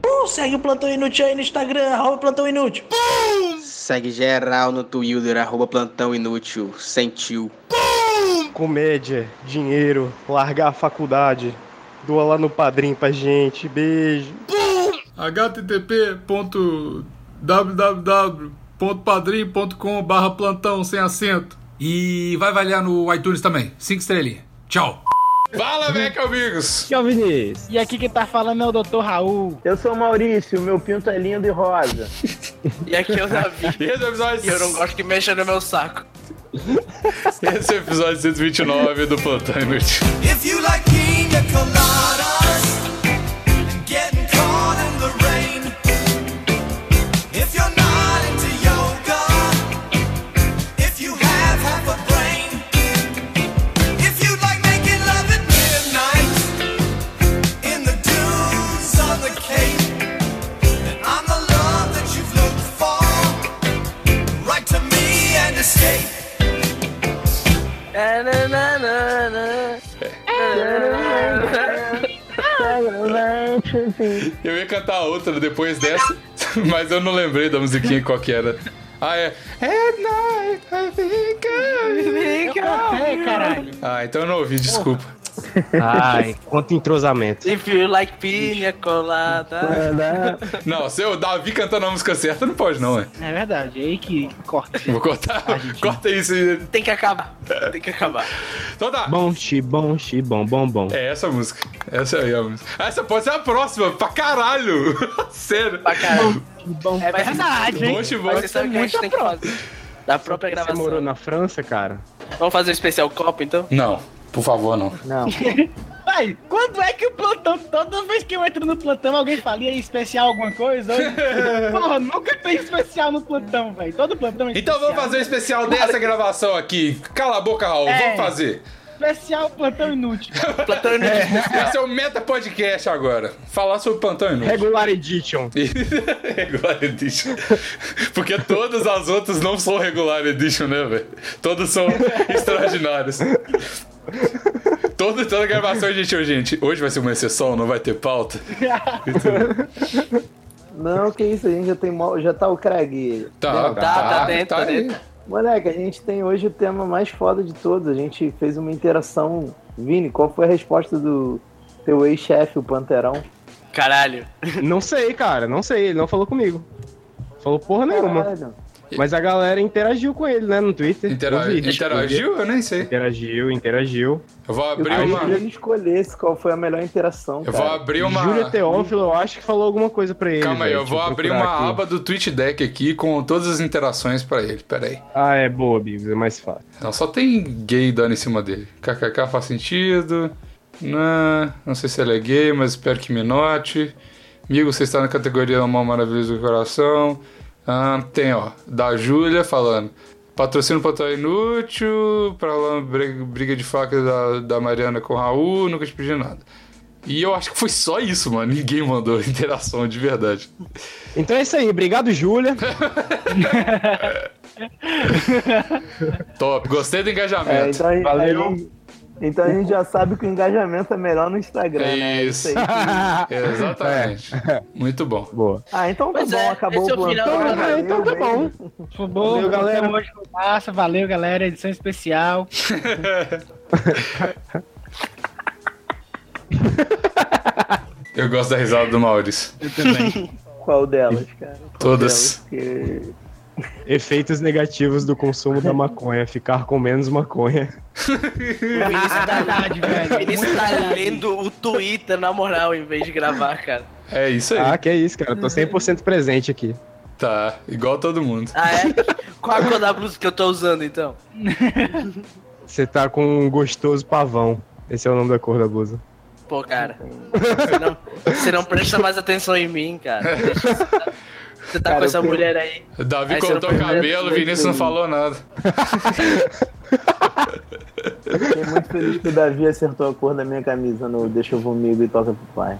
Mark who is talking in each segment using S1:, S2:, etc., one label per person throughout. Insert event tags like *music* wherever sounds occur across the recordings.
S1: Então segue o Plantão Inútil aí no Instagram, arroba Plantão Inútil.
S2: Segue geral no Twitter, arroba Plantão Inútil. Sentiu.
S3: Comédia, dinheiro, largar a faculdade. Doa lá no padrinho pra gente. Beijo.
S4: http.www.padrim.com barra plantão sem acento. E vai avaliar no iTunes também. Cinco estrelinhas. Tchau.
S5: Fala, Mac amigos!
S6: Aqui é o Vinícius.
S7: E aqui quem tá falando é o Dr. Raul.
S8: Eu sou o Maurício, meu pinto é lindo e rosa.
S9: *laughs* E aqui é o Davi.
S5: Esse é o
S9: e eu não
S5: episódio,
S9: gosto que mexa no meu saco.
S5: esse é o episódio 129 do Plantão Inútil.
S10: If you like pina coladas and getting caught in the rain, if you're not into yoga, if you have half a brain, if you like making love at midnight in the dunes on the cape, then I'm the love that you've looked for. Write to me and escape.
S9: É, na, na, na, na.
S5: Eu ia cantar outra depois dessa, *laughs* mas eu não lembrei da musiquinha qual que era. Ah, é. At night I think I-
S7: É, caralho.
S5: Ah, então eu não ouvi, desculpa.
S3: Ai, quanto entrosamento.
S9: If you like pina colada.
S5: Não, se o Davi cantando a música certa, não pode não, é.
S7: É verdade, é aí que corta.
S5: *laughs* Vou cortar. Corta isso. aí.
S9: Tem que acabar. Tem que acabar.
S5: Então tá.
S3: Bom, chi, bom, chi, bom, bom, bom.
S5: É essa a música. Essa aí é a música. Ah, Essa pode ser a próxima, pra caralho. *laughs* Sério.
S9: Pra caralho.
S7: É verdade, hein?
S5: Bom, Chivo.
S9: Mas você sabe o que a gente tem que fazer. Da própria
S3: Você
S9: gravação.
S3: morou na França, cara?
S9: Vamos fazer um especial copo, então?
S5: Não, por favor, não.
S8: Não.
S7: Vai, quando é que o plantão, toda vez que eu entro no plantão, alguém fala, e aí, especial alguma coisa? Eu- Porra, nunca tem especial no plantão, velho. Todo plantão é
S5: Então vamos fazer um especial dessa gravação aqui. Cala a boca, Raul.
S7: É.
S5: Vamos fazer.
S7: Especial plantão inútil.
S9: Plantão inútil.
S5: *laughs* Esse é o Meta Podcast agora. Falar sobre o Plantão Inútil.
S3: Regular Edition.
S5: *laughs* Regular Edition. Porque todas as outras não são Regular Edition, né, velho? Todas são extraordinárias. Toda, toda gravação, gente, hoje, gente, hoje vai ser uma exceção, não vai ter pauta.
S8: Não, que isso, a gente já tem mó- já tá o cragueiro.
S5: Tá,
S9: Tá, tá dentro, tá
S5: aí.
S9: dentro.
S8: Moleque, a gente tem hoje o tema mais foda de todos. A gente fez uma interação. Vini, qual foi a resposta do teu ex-chefe, o Panterão?
S9: Caralho.
S3: *laughs* Não sei, cara, não sei. Ele não falou comigo. Falou porra nenhuma.
S8: Caralho.
S3: Mas a galera interagiu com ele, né, no Twitter.
S5: Intera-
S3: Eu vi, respondi.
S5: Interagiu? Eu nem sei.
S3: Interagiu, interagiu.
S5: Eu vou
S8: Eu
S5: abrir
S8: queria que
S5: uma.
S8: ele escolhesse qual foi a melhor interação.
S5: Eu vou
S8: cara.
S5: abrir uma.
S3: Júlia Teófilo, eu acho que falou alguma coisa pra ele.
S5: Calma aí,
S3: velho.
S5: eu
S3: Deixa
S5: vou abrir
S3: procurar
S5: uma
S3: aqui.
S5: aba do Twitch Deck aqui com todas as interações pra ele. Pera aí.
S3: Ah, é boa, Bigos, é mais fácil.
S5: Não, só tem gay dando em cima dele. KKK faz sentido. Não, não sei se ele é gay, mas espero que me note. Migo, você está na categoria Amor Maravilhoso do Coração. Ah, tem, ó, da Júlia falando. Patrocínio Plantão Inútil, pra lá briga, briga de faca da, da Mariana com o Raul, nunca te pedi nada. E eu acho que foi só isso, mano. Ninguém mandou *laughs* interação de verdade.
S3: Então é isso aí, obrigado, Júlia.
S5: Top, gostei do
S8: É,
S5: engajamento.
S8: então, a gente-
S3: Valeu.
S8: a gente- então a gente já sabe que o engajamento é melhor no Instagram, né?
S5: Isso.
S8: aí.
S5: *laughs*
S3: É,
S5: Exatamente. Muito bom.
S3: boa.
S8: Ah, então tá
S9: Pois
S8: bom,
S9: é,
S8: acabou
S9: esse é
S8: o
S9: o
S8: *laughs*
S9: final
S8: plantão.
S9: da
S8: valeu,
S3: Ah, então tá
S8: beijo.
S3: bom.
S7: Foi bom,
S3: Valeu, galera.
S7: Hoje foi um massa. Valeu, galera. Edição especial.
S5: Eu gosto da risada do Maurício.
S8: Qual delas, cara? Qual
S5: Todas.
S8: delas? Porque-
S3: Efeitos negativos do consumo da maconha, ficar com menos maconha.
S9: O Vinícius tá-
S7: Verdade, velho.
S9: o Vinícius tá lendo o Twitter, na moral, em vez de gravar, cara.
S5: É isso aí.
S3: Ah, que é isso, cara, eu tô 100% presente aqui.
S5: Tá, igual todo mundo.
S9: Ah, é? Qual a cor da blusa que eu tô usando, então?
S3: Você tá com um gostoso pavão. Esse é o nome da cor da blusa.
S9: Pô, cara. Você não, você não presta mais atenção em mim, cara. Deixa Você tá- você tá com
S8: Cara,
S9: essa
S8: eu tenho-
S9: mulher aí.
S5: Davi
S9: Aí você
S5: cortou
S9: não
S5: o
S9: foi
S5: cabelo,
S8: preso,
S5: Vinícius
S8: né?
S5: não falou nada.
S8: Fiquei muito feliz que o Davi acertou a cor da minha camisa no Deixa eu Vomigo e Toca pro Pai.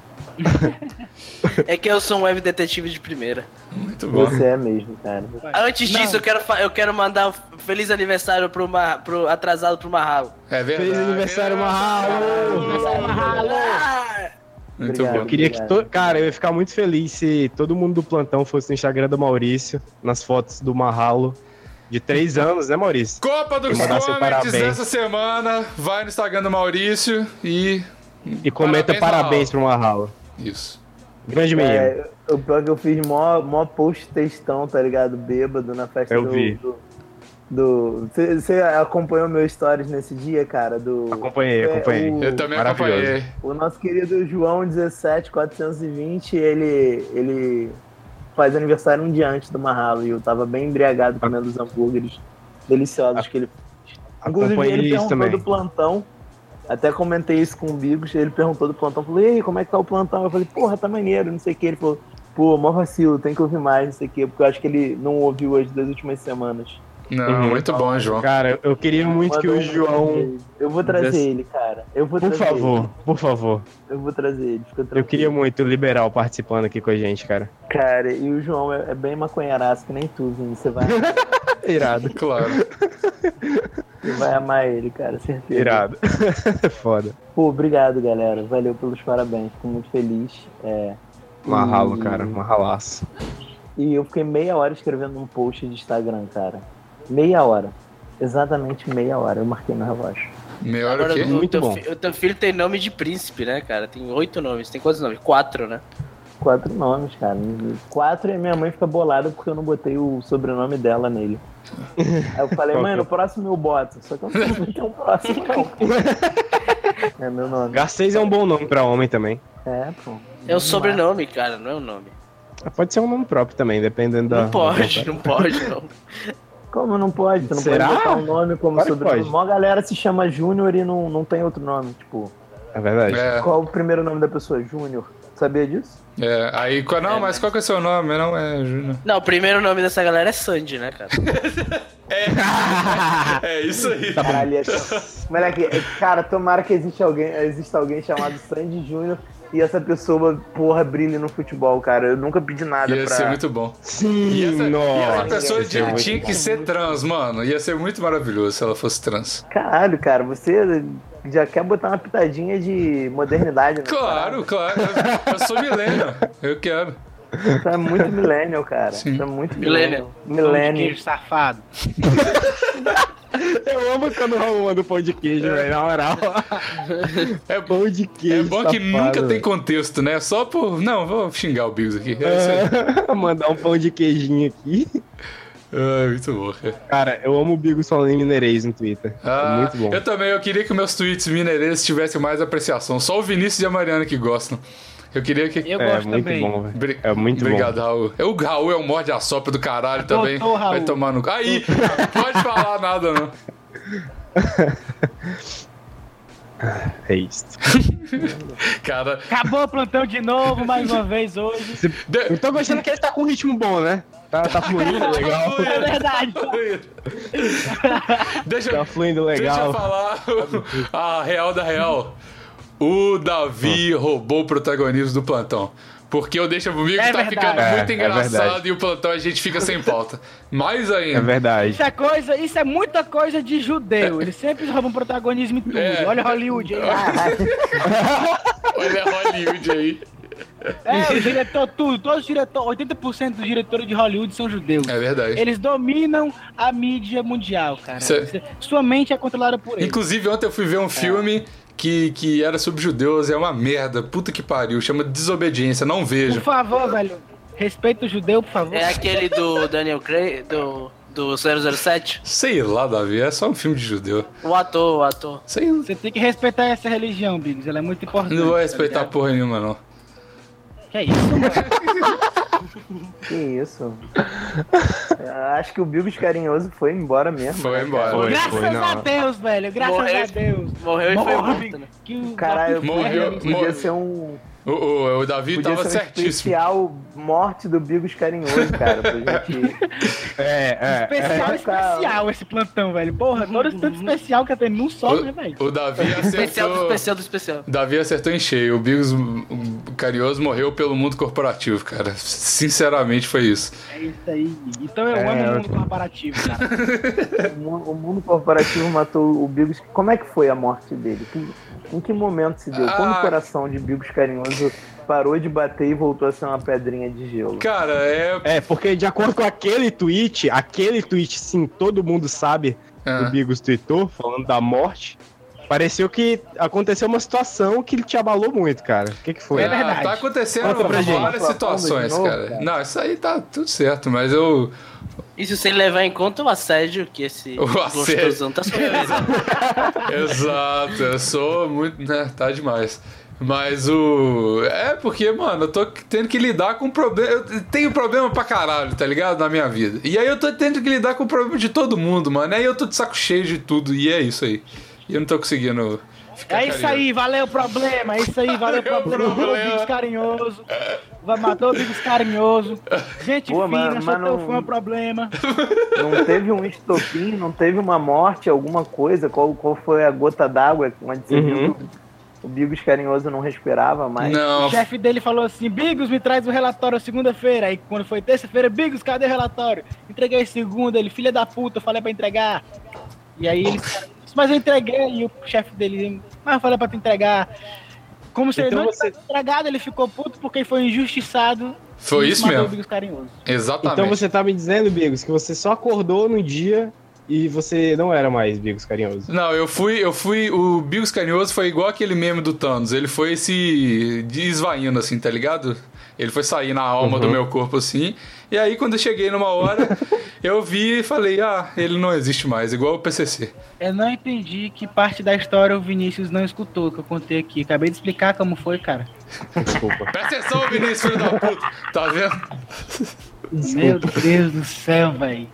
S9: É que eu sou um web detetive de primeira.
S5: Muito bom.
S8: Você é mesmo, cara.
S9: Antes disso, eu quero, fa- eu quero mandar um feliz aniversário pro, Mar, pro atrasado pro Marralo.
S5: É verdade.
S3: Feliz aniversário, Marralo!
S7: Alô.
S9: Ah,
S5: Muito
S8: Obrigado.
S5: bom.
S3: Eu queria que. To... Cara, eu ia ficar muito feliz se todo mundo do plantão fosse no Instagram do Maurício, nas fotos do Marralo. De três anos, né, Maurício?
S5: Copa dos
S3: E mandar seu
S5: Comedies
S3: parabéns.
S5: dessa semana. Vai no Instagram do Maurício e.
S3: E comenta parabéns, pro Marralo.
S5: Isso.
S3: Grande menino.
S8: É, o pior que eu fiz mó, mó post textão, tá ligado? Bêbado na festa
S3: Eu
S8: do.
S3: vi.
S8: do- do- Você você acompanhou memeu stories nesse dia, cara? Do,
S3: Acompanhei,
S8: é,
S3: acompanhei.
S8: o-
S5: Eu também
S3: Maravilhoso.
S5: acompanhei.
S8: O nosso querido João 17420, ele, ele faz aniversário um dia antes do Marralo e eu tava bem embriagado comendo os hambúrgueres deliciosos que ele Inclusive, ele
S3: Acompanhei é isso
S8: perguntou
S3: também.
S8: do plantão. Até comentei isso com o Bigos. Ele perguntou do plantão. Falei, ei, como é que tá o plantão? Eu falei, porra, tá maneiro, não sei o que. Ele falou, pô, mó vacilo, tem que ouvir mais, não sei o que. Porque eu acho que ele não ouviu as duas últimas semanas.
S5: Não,
S3: Uhum.
S5: muito bom, Ah, João.
S3: Cara, eu- eu queria muito que
S8: Mandou
S3: o
S8: um
S3: João.
S8: beijo. Eu vou trazer
S3: desse-
S8: ele, cara. Eu vou
S3: Por
S8: trazer
S3: favor, por favor.
S8: ele. Eu vou trazer ele. Fica
S3: Eu
S8: tranquilo.
S3: queria muito o liberal participando aqui com a gente,
S5: *laughs*
S3: cara.
S8: Cara, e o João é, é bem maconheiraço, que nem tu, Vini. Você vai,
S3: Irado,
S5: Claro.
S8: você vai amar ele, cara, certeza.
S3: irado. *laughs* Foda.
S8: Pô, obrigado, galera. Valeu pelos parabéns. Fico muito feliz. É, Hum.
S3: Marralo, cara, marralaço.
S8: E eu fiquei meia hora escrevendo um post de Instagram, cara. Meia hora. Exatamente meia hora. Eu marquei no relógio.
S5: Melhor o
S9: Agora,
S5: quê?
S9: o,
S3: Muito
S9: teu
S3: bom.
S9: fi- o teu filho tem nome de príncipe, né, cara? Tem oito nomes. Tem quantos nomes? Quatro, né?
S8: Quatro nomes, cara. Quatro e minha mãe fica bolada porque eu não botei o sobrenome dela nele. Aí eu falei, mãe, no próximo eu boto. Só que eu não sei se tem um próximo, não. É meu nome.
S3: Garcês é um bom nome pra homem também.
S8: É, pô.
S9: É o sobrenome, cara, não é o nome.
S3: Pode ser um nome próprio também, dependendo da.
S9: Não pode, não pode, não.
S8: Como não pode? Tu não
S3: Será?
S8: pode botar um nome como
S3: Claro que
S8: sobrenome.
S3: pode.
S8: A maior galera se chama Júnior e não, não tem outro nome. Tipo,
S3: É verdade.
S5: É,
S8: qual o primeiro nome da pessoa? Júnior. Sabia disso?
S5: é. Aí, qual- não,
S9: É,
S5: mas qual que é o seu nome? Não, é Júnior.
S9: Não, o primeiro nome dessa galera é Sandy,
S3: *laughs*
S9: né, cara?
S5: É isso aí. *laughs*
S8: Caralho, essa- Moleque, é, cara, tomara que existe alguém, exista alguém chamado Sandy Júnior e essa pessoa, porra, brilhe no futebol, cara. Eu nunca pedi nada
S5: Ia
S8: pra.
S5: ser muito bom. E essa,
S3: Sim,
S5: e essa
S3: nossa. é
S5: pessoa
S8: ia ser
S5: tinha,
S8: muito
S5: tinha que
S8: bom.
S5: ser trans, mano. Ia ser muito maravilhoso se ela fosse trans.
S8: Caralho, cara, você já quer botar uma pitadinha de modernidade, né?
S5: Claro, claro. Eu, eu sou milênio. Eu quero.
S8: Isso é muito millennial, cara.
S5: Sim.
S8: Isso é muito
S9: Millennial.
S8: millennial.
S7: Milênio.
S8: Millennial.
S7: Queijo safado.
S3: *laughs* Eu amo quando o Raul manda pão de queijo, velho. Na
S5: *laughs*
S3: moral.
S5: É bom.
S3: Pão de
S5: É
S3: queijo.
S5: bom que
S3: safado,
S5: nunca tem
S3: tá velho.
S5: contexto, né? Só por. Não, vou xingar o Bills aqui. É isso aí.
S3: *laughs* Mandar um pão de queijinho aqui.
S5: Ah, muito bom, cara.
S3: Cara, eu amo o Bigos falando em mineirês no Twitter.
S5: Ah,
S3: é muito bom.
S5: Eu também, eu queria que meus tweets mineirenses tivessem mais apreciação. Só o Vinícius e a Mariana que gostam. Eu queria que.
S7: Eu
S3: É
S7: gosto
S3: muito
S7: também.
S3: bom, velho.
S5: Bri-
S3: É muito bom.
S5: Obrigado, Raul. É, O Raul é um morde a sopra do caralho
S7: Tô-
S5: também.
S7: tô, Raul.
S5: Vai tomar no. Aí! não pode falar nada, não.
S3: É isso.
S5: Cara.
S7: Acabou o plantão de novo, mais uma vez hoje.
S3: Eu
S5: de-
S3: tô gostando que ele tá com um ritmo bom, né? Tá, tá
S5: *laughs*
S3: fluindo legal.
S7: É verdade.
S5: Tá Deixa
S3: Tá fluindo
S5: Deixa eu
S3: legal.
S5: falar *laughs* a real da real. O Davi roubou o protagonismo do plantão. Porque eu deixo comigo
S7: É
S5: tá
S7: verdade.
S5: ficando
S3: É,
S5: muito
S3: é
S5: engraçado
S3: verdade.
S5: e o plantão a gente fica sem pauta. Mais
S3: É
S5: ainda.
S3: verdade.
S7: Isso é coisa, isso é muita coisa de judeu. Eles sempre roubam protagonismo em tudo.
S5: É.
S7: Olha Hollywood aí.
S5: Olha Hollywood aí.
S7: É, o diretor, tudo, todos os diretores, 80% dos diretores de Hollywood são judeus.
S5: É verdade.
S7: Eles dominam a mídia mundial, cara.
S5: Cê-
S7: Sua mente é controlada por eles.
S5: Inclusive, ontem eu fui
S7: É.
S5: ver um filme que, que era sobre judeus. É uma merda. Puta que pariu. Chama Desobediência. Não
S7: Por
S5: vejo.
S7: favor, velho. Respeita o judeu, por favor.
S9: É aquele do Daniel Craig, do, do 007?
S5: Sei lá, Davi. É só um filme de judeu.
S9: O ator, o ator.
S5: Sei lá.
S7: Você tem que respeitar essa religião, Biggs. Ela é muito importante.
S5: Não vou
S7: tá
S5: respeitar
S7: ligado?
S5: porra nenhuma, não.
S7: Que é isso, mano?
S8: Que isso? Eu acho que o Bilbis carinhoso foi embora mesmo.
S5: Foi
S8: né,
S5: embora.
S3: Foi,
S7: Graças
S3: foi,
S7: a
S3: não.
S7: Deus, velho. Graças
S9: Morreu.
S7: a Deus.
S9: Morreu e foi
S7: Morreu,
S9: morto, né?
S7: Que o- é
S8: Caralho,
S5: Morreu,
S8: podia, podia
S5: morreu.
S8: ser um.
S5: O, o, o Davi
S8: Podia
S5: tava
S8: ser um
S5: certíssimo.
S8: especial morte do Bigos carinhoso, cara. Pra gente.
S3: É, é.
S7: Especial,
S8: É.
S7: especial esse plantão, velho. Porra, todo tanto especial que até num só, né, velho?
S5: O, o *laughs* Davi
S9: Especial do
S5: acertou.
S9: especial do especial.
S5: Davi acertou em cheio. O Bigos um, Carioso morreu pelo mundo corporativo, cara. Sinceramente, foi isso.
S7: É isso aí. Então eu
S3: É,
S7: amo o
S3: eu-
S7: mundo corporativo, cara.
S8: O mu- O mundo corporativo matou o Bigos. Como é que foi a morte dele? Que- Em que momento se deu? Como
S5: Ah.
S8: o coração de Bigos Carinhoso quando parou de bater e voltou a ser uma pedrinha de gelo.
S5: Cara, é.
S3: É, porque de acordo com aquele tweet, aquele tweet, sim, todo mundo sabe
S5: Ah.
S3: que o Bigos tweetou, falando da morte. Pareceu que aconteceu uma situação que te abalou muito, cara. O que, que foi?
S5: Ah, Tá acontecendo
S3: Conta pra gente. Tá
S5: várias situações,
S8: Conta de novo,
S5: cara.
S8: cara.
S5: Não, isso aí tá tudo certo, mas eu.
S9: Isso sem levar em conta o assédio que esse
S5: O assédio.
S9: gostosão
S5: *laughs*
S9: tá sofrendo.
S5: Exato, eu sou muito. né, tá demais. Mas o. É porque, mano, eu tô tendo que lidar com problema. Eu tenho problema pra caralho, tá ligado? Na minha vida. E aí eu tô tendo que lidar com o problema de todo mundo, mano. Aí eu tô de saco cheio de tudo, e é isso aí. E eu não tô conseguindo ficar.
S7: É isso
S5: carinhoso.
S7: aí, valeu o problema, é isso aí, valeu o
S5: Valeu o
S7: problema. Matou o
S5: problema.
S7: Bigos carinhoso. va- Matou o Bigos carinhoso. Gente
S8: Pô,
S7: fina, sou
S8: mas- mas
S7: teu
S8: não-
S7: fã, problema.
S8: Não teve um estopim, não teve uma morte, alguma coisa. Qual, qual foi a gota d'água onde você
S5: Uhum.
S8: viu que o Bigos carinhoso não respirava mais?
S5: Não,
S7: O chefe dele falou assim: Bigos, me traz o relatório segunda-feira. Aí quando foi terça-feira, Bigos, cadê o relatório? Entreguei segunda, ele, filha da puta, eu falei pra entregar. E aí ele. Mas eu entreguei, e o chefe dele. Mas eu falei pra tu entregar. Como se ele
S3: Então
S7: não
S3: você-
S7: tivesse entregado, ele ficou puto porque foi injustiçado.
S5: foi
S7: e
S5: isso
S7: matou o
S5: mesmo.
S7: Bigos carinhoso.
S5: Exatamente.
S3: Então você tá me dizendo, Bigos, que você só acordou no dia e você não era mais Bigos carinhoso.
S5: Não, eu fui, eu fui. O Bigos Carinhoso foi igual aquele meme do Thanos. Ele foi se esvaindo, assim, tá ligado? Ele foi sair na alma do meu corpo, assim. E aí, quando eu cheguei numa hora, eu vi e falei: Ah, ele não existe mais, igual o PCC.
S7: Eu não entendi que parte da história o Vinícius não escutou, que eu contei aqui. Acabei de explicar como foi, cara.
S3: Desculpa.
S5: Presta atenção, Vinícius, filho da puta. Tá vendo? *laughs*
S7: Meu Deus do céu, velho.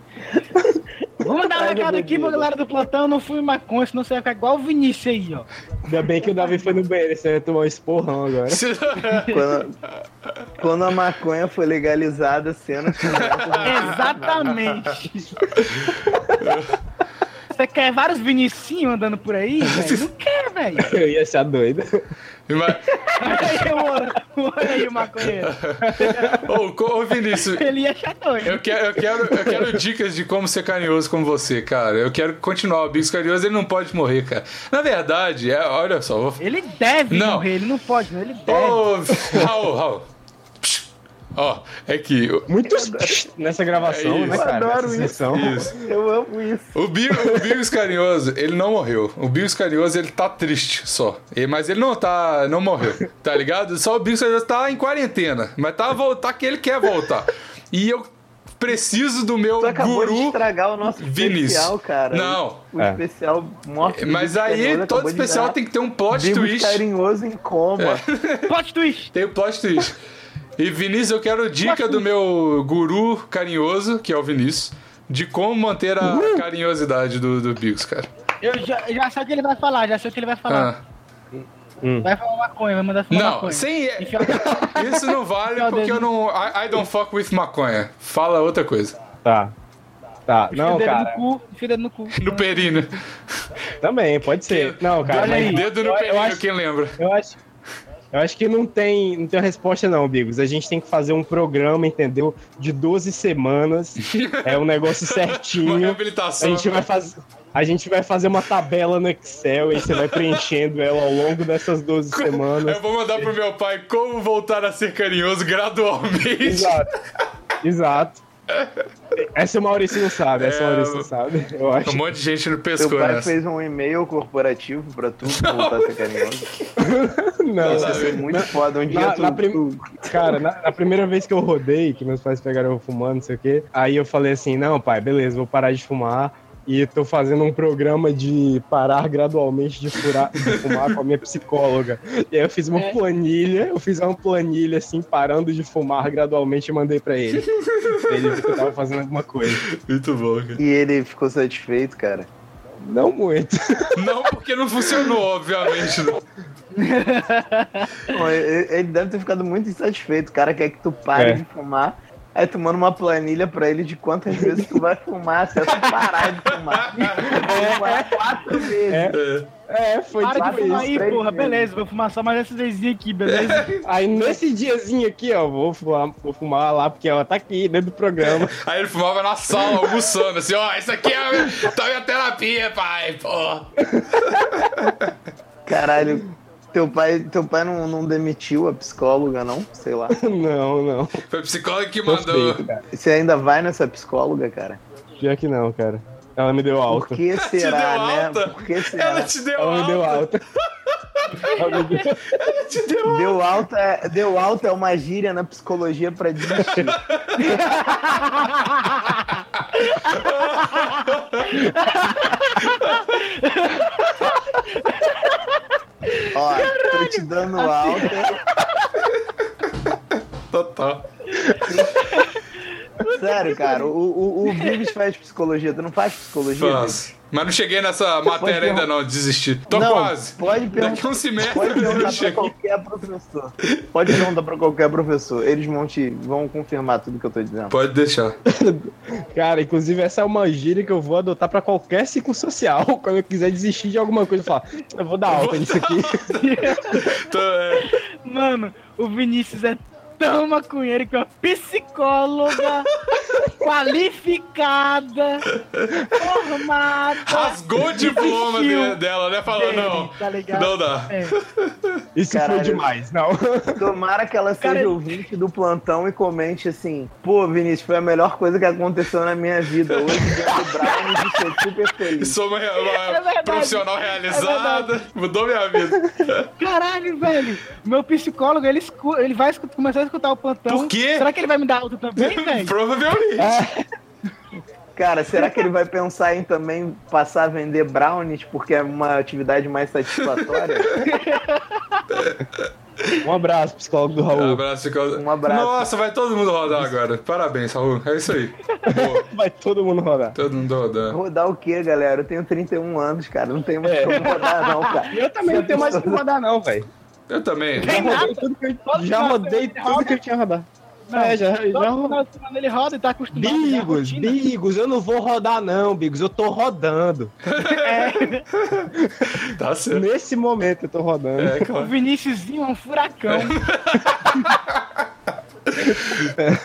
S7: Vamos dar um recado aqui pra galera do plantão. Não fui maconha, senão você vai ficar igual o Vinícius aí, ó.
S3: Ainda bem que o Davi foi no banheiro, você vai tomar um esporrão agora. *laughs*
S8: Quando, quando a maconha foi legalizada, sendo
S5: *laughs*
S8: que
S7: Exatamente. Você quer vários Vinicinhos andando por aí, velho? Não quer, velho.
S3: Eu ia achar doido.
S5: Ima-
S7: Olha aí, o- Olha aí o maconheiro.
S5: Ô, co- ô, Vinícius.
S7: Ele ia achar doido.
S5: Eu quero, eu, quero, eu quero dicas de como ser carinhoso com você, cara. Eu quero continuar. O Bigos Carinhoso, ele não pode morrer, cara. Na verdade, é, olha só, vou,
S7: Ele deve
S5: Não.
S7: morrer, ele não pode, não. Ele deve.
S5: Ô, Raul, Raul. Ó, é que o-
S3: Muitos *laughs* nessa gravação,
S5: É isso.
S3: né, cara?
S8: Eu adoro
S3: Nessa sessão.
S5: isso,
S8: eu amo isso.
S5: o, Bi- o Bigos Carinhoso, ele não morreu. O Bigos Carinhoso, ele tá triste só. E- Mas ele não tá, não morreu, tá ligado? Só o Bigos Carinhoso tá em quarentena, mas tá a voltar que ele quer voltar. E eu preciso do meu
S8: Tu acabou de né?
S5: guru...
S8: estragar o nosso
S5: Vinícius.
S8: especial, cara.
S5: Não.
S8: O, o
S3: É.
S8: especial morte.
S5: Mas aí, todo especial tem que ter um plot twist. É,
S8: carinhoso em coma.
S7: Plot twist.
S5: Tem o plot twist. E Vinícius, eu quero dica do meu guru carinhoso, que é o Vinícius, de como manter a carinhosidade do, do Bigos, cara.
S7: Eu já, eu já sei o que ele vai falar, já sei o que ele vai falar.
S5: Ah.
S7: Vai falar maconha, vai mandar falar
S5: Não,
S7: maconha.
S5: sem.
S7: Enfiar o dedo-
S5: Isso não vale
S7: Enfiar o
S5: porque
S7: dedo-
S5: eu não. I, I don't fuck with maconha. Fala outra coisa.
S3: Tá. Tá.
S7: enfia o
S3: Não,
S7: dedo
S3: cara.
S7: no cu, enfia o dedo no cu.
S5: No períneo.
S3: Também, pode ser. Não, cara.
S7: Olha aí.
S3: mas
S5: Dedo no
S3: eu- eu
S5: períneo,
S3: acho-
S5: quem lembra?
S3: Eu acho, eu acho que não tem, não tem resposta, não, Bigos. A gente tem que fazer um programa, entendeu? De 12
S5: *laughs*
S3: semanas. é um negócio
S5: Uma
S3: certinho. A
S5: reabilitação.
S3: gente vai fazer. A gente vai fazer uma tabela no Excel e você vai preenchendo ela ao longo dessas 12
S5: *laughs*
S3: semanas.
S5: Eu vou mandar pro meu pai como voltar a ser carinhoso gradualmente.
S3: Exato. Exato. Essa o Maurício não sabe, essa
S5: É,
S3: o Maurício não sabe, eu acho.
S5: Um monte de gente no
S8: Teu
S5: pescoço.
S8: pai
S5: nessa.
S8: fez um e-mail corporativo pra tu voltar a ser carinhoso.
S3: Não,
S8: Isso ia ser muito foda. Um dia
S3: na-
S8: tu,
S3: na prim-
S8: tu-
S3: Cara, na, na primeira vez que eu rodei, que meus pais pegaram eu fumando, não sei o quê, aí eu falei assim, não, pai, beleza, vou parar de fumar e tô fazendo um programa de parar gradualmente de, furar, de fumar com a minha psicóloga. E aí eu fiz uma planilha, eu fiz uma planilha assim, parando de fumar gradualmente e mandei pra ele. Pra ele ver que eu tava fazendo alguma coisa.
S5: Muito bom, cara.
S8: E ele ficou satisfeito, cara.
S3: Não muito.
S5: Não, porque não funcionou, obviamente. né?
S8: Pô, ele ele deve ter ficado muito insatisfeito. O cara quer que tu pare
S3: É.
S8: de fumar. Aí tu manda uma planilha pra ele de quantas vezes tu vai fumar até tu parar de
S5: *laughs*
S8: fumar.
S5: É.
S8: Vai fumar quatro vezes.
S3: É. É, foi
S7: Para de
S3: tipo isso.
S7: fumar
S8: isso,
S7: aí,
S8: três
S7: porra.
S8: vezes.
S7: Beleza, vou fumar só mais essas vezinhas
S5: *laughs*
S7: aqui, beleza?
S3: Aí nesse diazinho aqui, ó, vou fumar, vou fumar lá, porque ela tá aqui dentro do programa. *laughs*
S5: Aí ele fumava na sala, almoçando, assim, ó, isso aqui é a minha, tá minha terapia, pai, pô.
S8: Caralho. Teu pai, teu pai não, não demitiu a psicóloga, não? Sei lá.
S3: Não, não.
S5: Foi o psicólogo que mandou.
S3: Suspeito, cara.
S8: Você ainda vai nessa psicóloga, cara?
S3: Pior que não, cara. Ela me deu alta.
S8: Por que
S5: *laughs* Te deu
S8: será, né?
S5: alta?
S8: Por que
S5: Ela
S8: será?
S5: te deu
S3: Ela me deu
S5: alta?
S3: alta. Ela me deu-
S5: Ela te deu alta?
S8: Deu alta, deu alta é uma gíria na psicologia pra desistir. Ó, tô te dando alta.
S5: Total.
S8: Sério, cara, o, o, o Vives faz psicologia, tu não faz psicologia? Vives?
S5: Faz. Mas não cheguei nessa matéria ainda não, desisti. Tô
S8: um- não,
S5: quase.
S8: Pode
S5: Daqui
S8: perguntar.
S5: a um semestre
S8: Pode
S5: eu
S8: perguntar
S5: *laughs*
S8: pra
S5: chego.
S8: qualquer professor. Pode perguntar pra qualquer professor. Eles vão te vão confirmar tudo que eu tô dizendo.
S5: Pode deixar.
S3: Cara, inclusive essa é uma gíria que eu vou adotar pra qualquer ciclo social. *laughs* Quando eu quiser desistir de alguma coisa, eu falar, eu vou dar alta nisso aqui. *laughs*
S5: Tô, é,
S7: Mano, o Vinícius é tão maconheiro que é uma
S5: *laughs*
S7: psicóloga qualificada, formada.
S5: rasgou o diploma
S7: Desistiu.
S5: de- dela, né? Falou,
S7: dele,
S5: não.
S7: Tá ligado?
S5: Não dá.
S7: É.
S3: Isso
S8: Caralho.
S3: foi demais, não. *laughs*
S8: Tomara que ela seja
S7: Cara,
S8: ouvinte do plantão e comente assim: pô, Vinícius, foi a melhor coisa que aconteceu na minha vida. Hoje dentro Brown e sou super feliz.
S5: Sou uma, uma
S7: É verdade.
S5: profissional realizada. Mudou minha vida.
S7: Caralho, velho. Meu psicólogo, ele, escu- ele vai escu- começar a escutar o plantão.
S5: Por quê?
S7: Será que ele vai me dar alta também,
S5: *laughs*
S7: velho?
S5: Provavelmente.
S8: Cara, será que ele vai pensar em também passar a vender brownies porque é uma atividade mais satisfatória?
S3: Um abraço, psicólogo do
S5: Um
S3: Raul.
S5: abraço, Ricardo.
S8: Um abraço.
S5: Nossa, vai todo mundo rodar agora. Parabéns, Raul. É isso aí. Boa.
S3: Vai todo mundo rodar.
S5: Todo mundo rodando.
S8: Rodar o quê, galera? Eu tenho 31 anos, cara. Não tenho mais como rodar, não, cara.
S3: Eu também não tenho mais o que rodar, não, velho.
S5: Eu também.
S3: Já
S7: Tem nada.
S3: rodei tudo que eu, já rodei tudo que eu tinha rodar. É, já, já
S7: Todo
S3: rodei.
S7: final de semana ele roda e tá acostumado. já à
S3: Bigos,
S7: rotina.
S3: Bigos, eu não vou rodar, não, Bigos. Eu tô rodando. é.
S5: Tá certo.
S3: Nesse momento eu tô rodando.
S5: É,
S7: *laughs* O
S5: claro.
S7: Viníciusinho é um furacão.
S3: *laughs*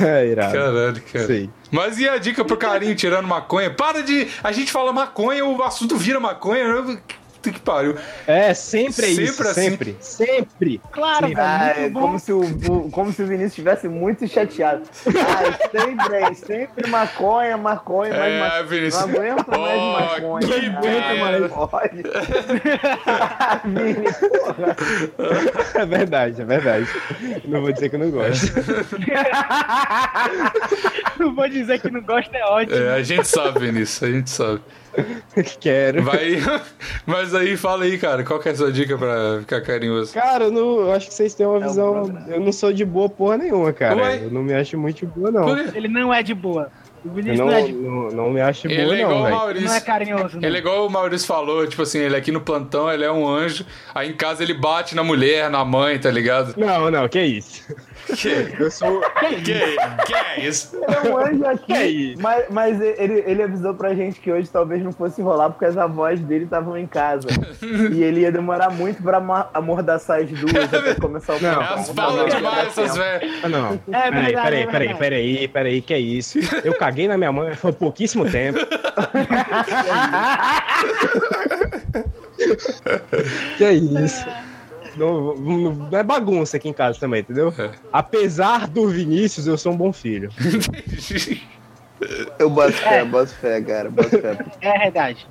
S3: É, irado.
S5: Caralho, cara.
S3: Sei.
S5: Mas e a dica pro carinho tirando maconha? Para de. A gente fala maconha, o assunto vira maconha. né? Puta que pariu.
S3: É, sempre é
S5: Sempre
S3: isso.
S5: assim.
S3: Sempre. Sempre. *laughs*
S7: Claro, velho.
S8: Ah,
S7: Tá muito
S8: é
S7: bom. *laughs*
S8: como se, o, o- como se o Vinícius estivesse muito chateado. Ai, sempre, é, sempre maconha, maconha,
S5: É,
S8: mais maconha.
S5: Vinícius.
S8: Não aguento mais
S5: Oh,
S8: maconha.
S5: que
S8: não
S5: pena. *laughs*
S8: mais. Pode. Porra.
S3: É verdade, é verdade. Não vou dizer que eu não gosto.
S7: Não vou dizer que não gosta, é ótimo.
S5: É, a gente sabe, Vinícius, a gente sabe.
S3: *laughs* Quero.
S5: É. Vai. *laughs* Mas aí fala aí, cara, qual que é a sua dica pra ficar carinhoso?
S3: Cara, eu, não, eu acho que vocês têm uma visão.
S8: programa.
S3: Eu não sou de boa porra nenhuma, cara.
S5: Ué?
S3: Eu não me acho muito de boa, não.
S5: Por
S3: Eu
S5: quê?
S7: Ele não é de boa. O Vinícius não,
S3: não,
S7: é de boa.
S3: não, não me acho boa,
S5: Ele é igual
S3: não,
S5: o
S3: velho.
S7: Não é
S5: Maurício.
S7: carinhoso, não.
S5: Ele é igual o Maurício falou, tipo assim, ele aqui no plantão, ele é um anjo, aí em casa ele bate na mulher, na mãe, tá ligado?
S3: Não, não, que isso.
S5: Que,
S3: *laughs* Eu sou.
S5: *laughs* que, que é isso?
S8: Ele é um anjo aqui,
S3: aí?
S8: mas, mas ele, ele avisou pra gente que hoje talvez não fosse rolar porque as avós dele estavam em casa. e ele ia demorar muito pra ma- amordaçar as duas até começar o
S3: Não,
S5: Elas
S8: não
S5: falam
S8: dá
S5: demais
S8: tempo.
S5: essas velhas.
S3: Ah, não.
S7: É
S3: Peraí, peraí,
S7: verdade, é
S3: peraí,
S7: verdade.
S3: peraí, peraí, que é isso? Eu caguei na minha mãe foi pouquíssimo tempo. *laughs* que é isso? Não, não- não é bagunça aqui em casa também, entendeu?
S5: É.
S3: Apesar do Vinícius, eu sou um bom filho.
S8: Eu boto fé, boto fé, cara. Boto fé.
S7: É verdade.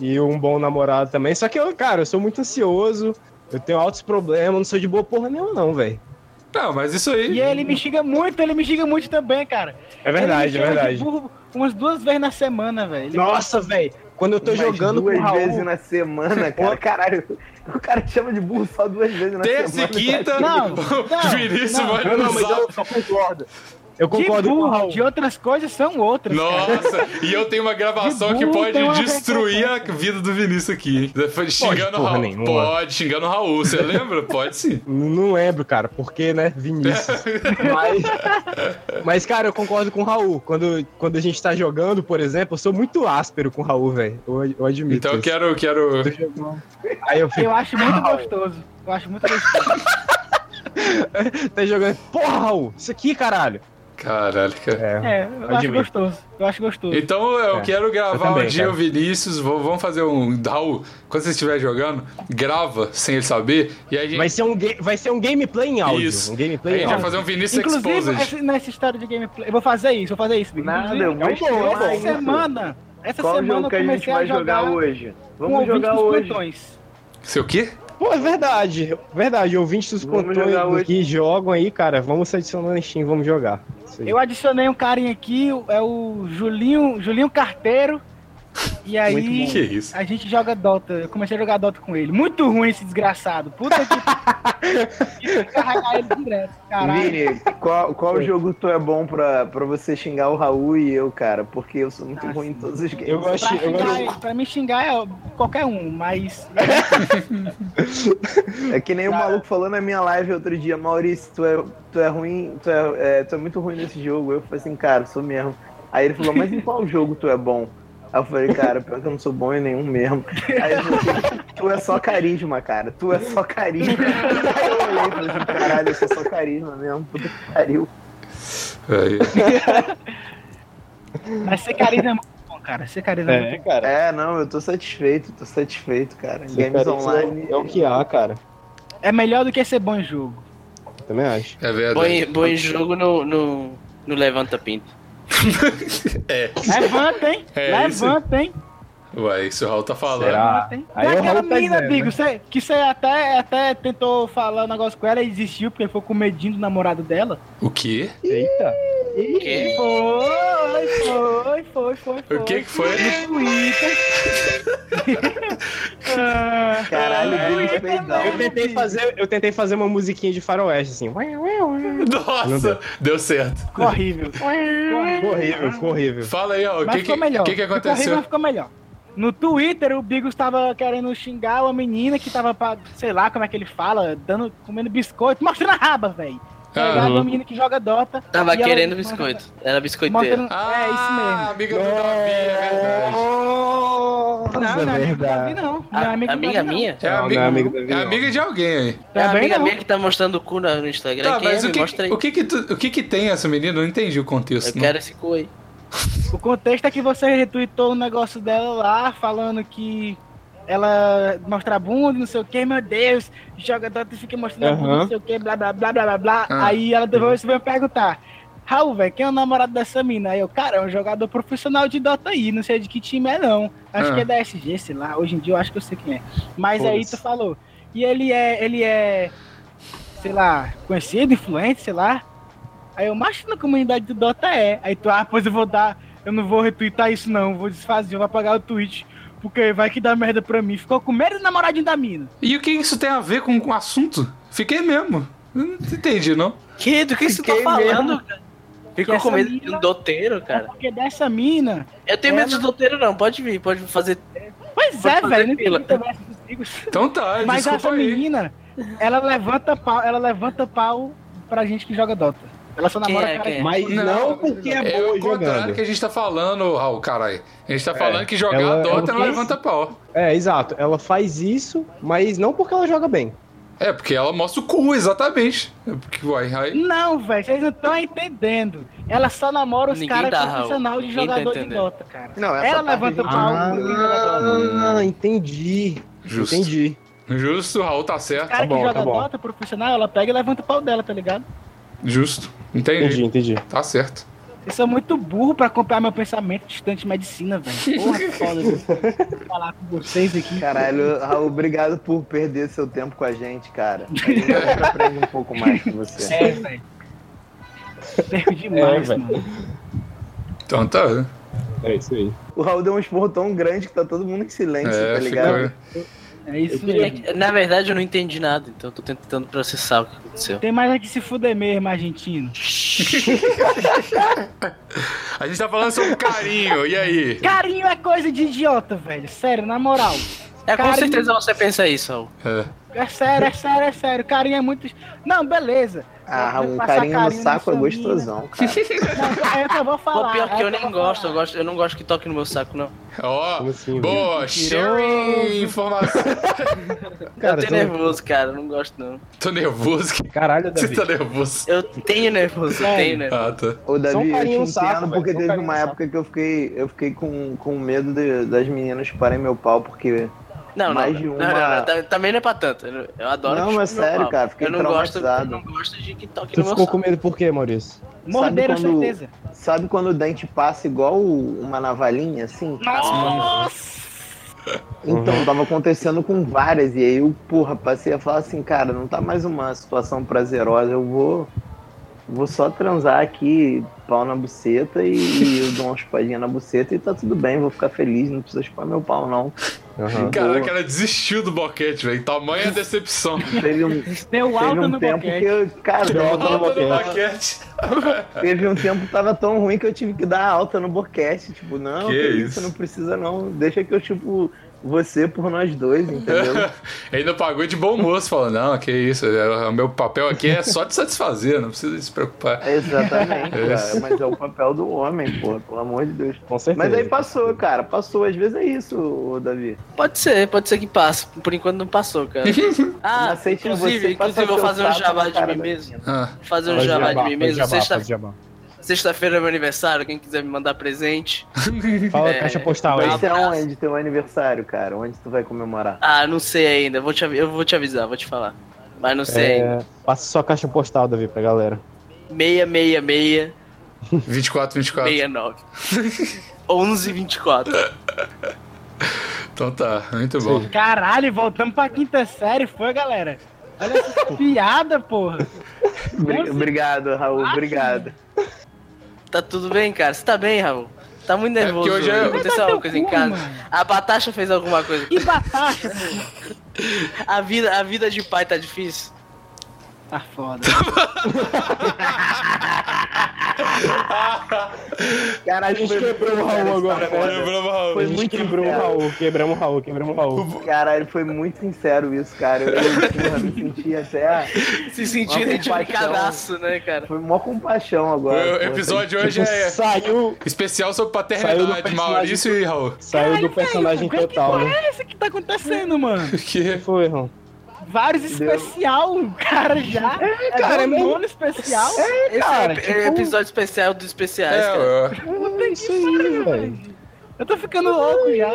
S3: E um bom namorado também. Só que eu, cara, eu sou muito ansioso. Eu tenho altos problemas, não sou de boa porra nenhuma, não, velho.
S5: *laughs* Não, mas isso
S7: E
S5: aí.
S7: ele me xinga muito, ele me xinga muito também, cara.
S3: É verdade,
S7: ele
S3: é
S7: me chama de
S3: verdade.
S7: burro umas duas vezes na semana, velho. Ele-
S3: Nossa, velho, quando eu tô
S8: Mas
S3: jogando com
S8: duas
S3: o Raul,
S8: vezes na semana, cara. Caralho, o cara te chama de burro só duas vezes na
S5: Terça e
S8: semana.
S5: quinta, *laughs*
S7: Não,
S5: o Vinícius
S7: não.
S5: vai
S3: Não, não,
S5: no
S3: mas eu-
S5: zap.
S3: eu concordo
S7: de
S3: com o
S7: burro,
S3: Raul.
S7: de outras coisas são outras. cara.
S5: Nossa, e eu tenho uma gravação
S7: De
S5: que
S7: burro,
S5: pode
S7: tem uma
S5: destruir a vida do Vinícius aqui. hein? Foi Xingando o
S3: porra
S5: Raul.
S3: nenhuma.
S5: Pode, xingando o Raul, você lembra? Pode sim.
S3: N- Não lembro, cara, porque, né,
S5: *laughs*
S3: Vinícius. Mas, mas, cara, eu concordo com o Raul. Quando, quando a gente tá jogando, por exemplo, eu sou muito áspero com o Raul, velho. Eu, eu admito.
S5: Então é- eu
S3: isso.
S5: quero, eu quero.
S3: Aí eu fico,
S7: Eu acho muito gostoso. Eu acho muito gostoso.
S3: tá jogando. Porra, Raul, isso aqui, caralho.
S5: Caralho, cara.
S3: É.
S7: É, eu acho
S3: Admito.
S7: gostoso. Eu acho gostoso.
S5: Então eu
S3: É,
S5: quero gravar
S3: eu também,
S5: um dia
S3: cara.
S5: o Vinícius, vou- vamos fazer um dar o Quando você estiver jogando, grava sem ele saber. E aí a gente.
S3: Vai ser, um ga- vai ser um gameplay em áudio.
S5: Isso.
S3: Um
S5: Aí a
S3: gameplay em
S5: gente vai
S3: áudio.
S5: fazer um Vinícius
S7: Inclusive,
S5: Exposed.
S7: esse- nessa história de gameplay. Eu vou fazer isso, vou fazer isso. Bigos.
S8: Nada,
S7: Inclusive,
S8: eu vou
S7: é um
S8: estrear
S7: Essa
S8: isso.
S7: semana, essa
S8: Qual
S7: semana
S8: jogo
S7: eu
S8: que a
S7: comecei
S8: gente vai
S7: a jogar,
S8: jogar, hoje?
S7: com
S8: Vamos
S7: ouvintes
S8: jogar
S7: dos
S8: hoje.
S7: plantões.
S5: Sei o quê?
S3: Pô, é verdade. Verdade. Ouvintes dos
S8: Vamos
S3: plantões
S8: jogar hoje.
S3: que jogam aí, cara, vamos se adicionar na Steam, vamos jogar. Isso aí.
S7: Eu adicionei um carinha aqui, é o Julinho, Julinho Carteiro. E aí
S5: Que é isso?
S7: a gente joga Dota. Eu comecei a jogar Dota com ele. Muito ruim esse desgraçado. Puta que. Tive que carregar ele direto. *laughs* Caralho.
S8: Vini, qual, qual jogo tu é bom pra, pra você xingar o Raul e eu, cara? Porque eu sou muito ruim em todos os games.
S3: Eu gosto-
S7: Pra,
S3: eu
S7: xingar,
S3: gosto-
S7: ele- pra me xingar é qualquer um, mas
S8: É que nem o maluco falou na minha live outro dia, Maurício, tu é, tu é ruim, tu é, é, tu é muito ruim nesse jogo. Eu falei assim, cara, sou mesmo. Aí ele falou, mas em qual *laughs* jogo tu é bom? Aí eu falei, cara, pior que eu não sou bom em nenhum mesmo. Aí ele falou assim, tu é só carisma, cara, tu é só carisma. Aí eu olhei e falei assim, caralho, eu sou só carisma mesmo, puta que pariu.
S5: Aí.
S7: Mas ser carisma é muito bom, cara. Ser carisma é, muito
S3: É, cara.
S8: É, não, eu tô satisfeito, tô satisfeito, cara.
S3: Esse cara,
S8: Games
S3: isso é-
S8: online.
S3: É o que há, cara.
S7: bom. é melhor do que ser bom em jogo.
S3: Também acho.
S5: É verdade.
S9: Bom em, bom em jogo no, no, no levanta pinto.
S7: Levanta, hein?
S5: É isso.
S7: Levanta, hein?
S5: Ué, isso o Raul tá falando.
S3: Será?
S7: Levanta, hein?
S3: Aí
S7: e
S3: o
S7: aquela
S3: Raul tá
S7: menina,
S3: dizendo,
S7: Bigo,
S3: né?
S7: cê- que você até, até tentou falar um negócio com ela e desistiu porque foi com medinho do namorado dela.
S5: O quê?
S3: Eita.
S9: Que?
S7: Foi, foi, foi, foi, foi.
S5: O que que foi?
S7: No
S5: *laughs*
S7: Twitter. Ah,
S8: Caralho,
S7: no
S8: Bigo
S7: Twitter
S8: fez não.
S7: mesmo,
S3: Eu tentei,
S7: Bigo.
S3: fazer, eu tentei fazer uma musiquinha de faroeste, assim. Ué, ué, ué. Não
S5: Nossa,
S3: deu.
S5: deu. certo.
S7: Horrível.
S3: Ficou
S5: Ah,
S3: horrível, ficou horrível.
S5: Fala aí, ó. O
S7: Mas
S5: que
S7: ficou
S5: que,
S7: melhor.
S5: que que
S7: Ficou horrível,
S5: aconteceu?
S7: mas ficou melhor. No Twitter, o Bigos tava querendo xingar uma menina que tava, pra, sei lá como é que ele fala, dando, comendo biscoito, mostrando a raba, velho.
S5: Ah.
S7: É uma menina que joga Dota.
S9: Tava
S7: e ela
S9: querendo
S7: mostra-
S9: biscoito. Era biscoiteiro.
S7: mostrando- É isso
S5: Ah,
S7: mesmo.
S5: amiga do Davi, é verdade.
S3: Nossa,
S7: Não, não é amigo do Davi,
S3: verdade.
S7: não. Não é
S9: Ah, A-
S7: amigo do
S9: amiga
S7: Davi, não.
S9: minha?
S5: É
S3: Não,
S5: amiga,
S3: não é amiga do Davi,
S5: é
S3: não.
S5: amiga de alguém aí.
S9: É a
S7: Também
S9: amiga
S7: não.
S9: minha que tá mostrando o cu na- no Instagram.
S5: Tá,
S9: Quem é?
S5: mas o
S9: Me
S5: que,
S9: mostra aí.
S5: o, que que tu- o que que tem essa menina? Eu não entendi o contexto.
S9: Eu
S5: não.
S9: quero esse cu aí.
S7: O contexto é que você retweetou um negócio dela lá, falando que ela mostra a bunda, não sei o que, meu Deus, joga Dota e fica mostrando a bunda,
S3: Aham.
S7: não sei o que, blá blá blá blá blá blá.
S5: Ah.
S7: Aí ela devolveu e veio perguntar. Raul, velho, quem é o namorado dessa mina? Aí eu, cara, é um jogador profissional de Dota aí, não sei de que time é não. Acho
S5: Ah.
S7: que é da SG, sei lá, hoje em dia eu acho que eu sei quem é. Mas aí
S3: Foda-se.
S7: tu falou, e ele é, ele é, sei lá, conhecido, influente, sei lá. Aí eu, macho na comunidade do Dota é. Aí tu, ah, pois eu vou dar, eu não vou retweetar isso não, vou desfazer, eu vou apagar o tweet, porque vai que dá merda pra mim. Ficou com medo do namoradinho da mina.
S5: E o que isso tem a ver com com o assunto? Fiquei mesmo. Não entendi, não.
S9: Que? Do que você tá
S8: Fiquei
S9: falando, cara? Ficou
S7: essa
S9: com medo
S7: mina-
S9: de um doteiro, cara?
S7: Porque dessa mina...
S9: Eu tenho medo
S7: Ela-
S9: de doteiro, não. Pode vir, pode fazer.
S7: Pois
S9: Vou
S7: é,
S9: fazer
S7: velho, não
S9: fila.
S7: entendi também essas siglas.
S5: Então tá,
S7: Mas
S5: desculpa
S7: essa
S5: aí.
S7: menina, ela levanta pau, ela levanta pau pra gente que joga Dota. Ela só
S9: Quem
S7: namora
S9: é,
S7: cara
S9: quem é?
S3: Mas não,
S5: Não,
S3: porque é
S5: É o
S3: boa
S5: contrário
S3: jogando.
S5: que a gente tá falando, Raul, caralho. A gente tá falando que jogar
S3: ela- é
S5: Dota
S3: ela
S5: não
S3: fez-
S5: levanta pau.
S3: É, exato. Ela faz isso, mas não porque ela joga bem.
S5: É, porque ela mostra o cu, exatamente. É porque, uai, aí-
S7: Não, velho, vocês não estão entendendo. Ela só namora os
S9: Ninguém
S7: caras
S9: tá, Raul.
S7: profissional de
S9: Ninguém tá
S7: jogador de
S9: entendendo.
S7: Dota, cara.
S8: Não, essa
S7: Ela
S8: parte
S7: levanta
S8: eu
S7: o pau.
S3: Ah, entendi.
S5: Justo.
S3: Entendi.
S5: Justo, o Raul tá
S7: O
S5: certo.
S7: cara
S3: bom,
S7: que
S3: tá
S7: joga
S3: bom.
S7: Dota profissional, ela pega e levanta o pau dela, tá ligado?
S5: Justo. Entendi.
S3: Entendi, entendi.
S5: Tá certo.
S7: Vocês são muito burro pra comprar meu pensamento distante de medicina, velho. Porra, que foda. viu? falar com vocês aqui.
S8: Caralho, Raul, obrigado por perder seu tempo com a gente, cara. A gente sempre aprende um pouco mais com você.
S7: É, velho. Perco demais,
S8: É,
S3: velho.
S7: mano.
S5: Então tá. né?
S3: É isso aí.
S8: O Raul deu um esporro tão grande que tá todo mundo em silêncio, tá
S5: É,
S8: ligado?
S5: fica...
S7: É isso
S9: É
S7: mesmo.
S9: que, Na verdade, eu não entendi nada, então eu tô tentando processar o que aconteceu.
S7: Tem mais é que se fuder mesmo, argentino.
S5: A gente tá falando sobre carinho, e aí?
S7: Carinho é coisa de idiota, velho. Sério, na moral.
S9: É, com
S7: Carinho.
S9: certeza você pensa isso, Raul.
S5: É.
S7: É sério, é sério, é sério. Carinho é muito. Não, beleza.
S8: Ah,
S7: Vou
S8: um
S7: passar
S8: carinho no
S7: carinho na
S8: saco é
S7: sua
S3: né? *laughs*
S8: gostosão, cara.
S7: Não, eu só vou falar.
S9: Pô, pior que
S7: aí
S9: eu
S7: só
S9: nem
S7: vou
S9: gosto, eu,
S7: falar.
S9: gosto, eu não gosto que toque no meu saco, não.
S5: Ó,
S3: Como assim,
S5: boa, sharing informação. *laughs*
S3: Cara,
S9: eu
S3: você
S9: tô nervoso, cara, eu não gosto não.
S5: Tô nervoso, que
S3: não- caralho,
S5: você
S3: Davi.
S5: tá nervoso.
S9: Eu tenho nervoso, eu tenho nervoso.
S5: Ah, tá.
S8: Ô,
S3: Só um
S8: Davi, eu te
S3: carinho no
S8: entendo
S3: saco, velho,
S8: porque
S3: só um
S8: teve
S3: carinho
S8: uma
S3: no saco.
S8: época que eu fiquei, eu fiquei com, com medo de- das meninas chuparem meu pau, porque.
S9: Não, não,
S8: Mais
S9: não,
S8: de
S9: não,
S8: uma-
S9: não, não, tá- também não é pra tanto. Eu eu adoro
S8: Não,
S9: que
S8: mas
S9: chupe meu
S8: sério,
S9: pau.
S8: cara, fiquei
S9: eu não gosto, eu
S8: traumatizado.
S9: não gosto de que toque
S3: Tu
S9: no meu
S3: ficou com
S9: saco.
S3: medo por quê, Maurício?
S7: Morderam,
S8: sabe quando,
S7: certeza.
S8: Sabe quando o dente passa igual uma navalinha, assim? Então, tava acontecendo com várias, e aí eu, porra, passei a falar assim, cara, não tá mais uma situação prazerosa, eu vou. Vou só transar aqui, pau na buceta, e, e eu dou uma espadinha na buceta e tá tudo bem, vou ficar feliz, não precisa chupar meu pau, não.
S3: Aham.
S5: Caraca, ela desistiu do boquete, velho. *laughs* Tamanha decepção.
S8: Teve um,
S7: Deu
S8: teve
S7: alta
S8: um
S7: no
S8: tempo
S7: boquete.
S8: que eu, cara, teve,
S3: alta
S5: Bota
S3: no
S8: um-
S5: no
S3: boquete.
S5: boquete.
S8: teve um tempo que tava tão ruim que eu tive que dar alta no boquete. Tipo, não,
S5: Que
S8: que isso?
S5: isso?
S8: não precisa não. Deixa que eu chupo você por nós
S5: *laughs*
S8: dois, entendeu?
S5: *laughs* Ainda pagou de bom moço, falando, não, que isso, é- o meu papel aqui é só te satisfazer, não precisa se preocupar.
S8: É Exatamente,
S5: É
S8: cara.
S5: isso.
S8: Mas é o papel do homem, pô, pelo amor de Deus.
S3: Com certeza.
S8: Mas aí passou, cara, passou. Às vezes é isso, ô, Davi.
S9: Pode ser, pode ser que passe. Por enquanto não passou,
S3: *laughs*
S9: cara.
S8: Não
S9: Ah,
S8: aceite
S9: inclusive,
S8: você
S9: inclusive
S8: passar
S9: eu vou
S8: seu
S9: fazer um
S8: sapo na
S9: jabá de
S8: cara
S9: mim
S8: da
S9: mesmo.
S5: *laughs* Ah,
S9: Fazer um
S3: Faz
S9: jabá de
S3: jabá,
S9: mim
S3: faz
S9: mesmo.
S3: jabá,
S9: Sexta-
S3: faz jabá.
S9: Sexta-feira é meu aniversário, quem quiser me mandar presente.
S3: Fala
S9: É,
S3: a caixa postal aí.
S9: bravo.
S8: Vai ser onde teu aniversário, cara? Onde tu vai comemorar?
S9: Ah, não sei ainda, vou te avi- eu vou te avisar, vou te falar. Mas não sei ainda.
S3: É, passa sua caixa postal, Davi, pra galera.
S9: 666
S5: 24, 24.
S9: *laughs* 69. 11 24.
S5: Então tá, muito bom.
S7: Caralho, voltamos pra quinta série, foi, galera? Olha essa
S8: *laughs*
S7: piada, porra.
S8: Obri-
S7: Onze-
S8: Obrigado, Raul, obrigado.
S9: Tá tudo bem, cara? Você tá bem, Raul? Tá muito
S5: É
S9: nervoso.
S5: porque hoje é-
S9: hoje.
S7: Vai
S9: Aconteceu
S7: dar
S9: alguma
S7: teu
S9: coisa em
S7: cu,
S9: casa.
S7: mano.
S9: A Batasha fez alguma coisa.
S7: Que batata.
S9: A vida, a vida de pai tá difícil.
S7: Tá foda.
S8: Caralho, foi
S3: quebrou o Raul agora,
S8: Cara,
S5: Lembramos, Raul.
S8: Foi
S3: A gente
S8: muito
S3: quebrou o
S8: sincero.
S3: Raul, quebramos o Raul, quebramos o Raul.
S8: Caralho, foi muito sincero isso, cara. Eu, porra, me senti até.
S9: Se sentindo
S8: Uma
S9: identificadaço, né, cara?
S8: Foi mó compaixão agora.
S5: O
S8: porra.
S5: episódio hoje
S3: Tipo,
S5: é
S3: saiu,
S5: especial
S3: Saiu
S5: sobre
S3: do
S5: paternidade,
S3: personagem.
S5: Maurício e Raul.
S3: saiu do personagem
S7: velho,
S3: total,
S7: é Que
S3: né?
S7: porra é essa que tá acontecendo, mano?
S5: Que...
S3: Que foi, irmão?
S7: Vários
S8: Entendeu?
S7: especial, cara, já. É,
S3: cara, é
S7: o nono especial.
S9: Esse
S3: cara,
S9: é o ep-
S3: tipo-
S9: episódio especial dos
S5: É,
S9: especiais, cara.
S5: eu-
S3: É isso aí, velho.
S7: Eu tô ficando louco já.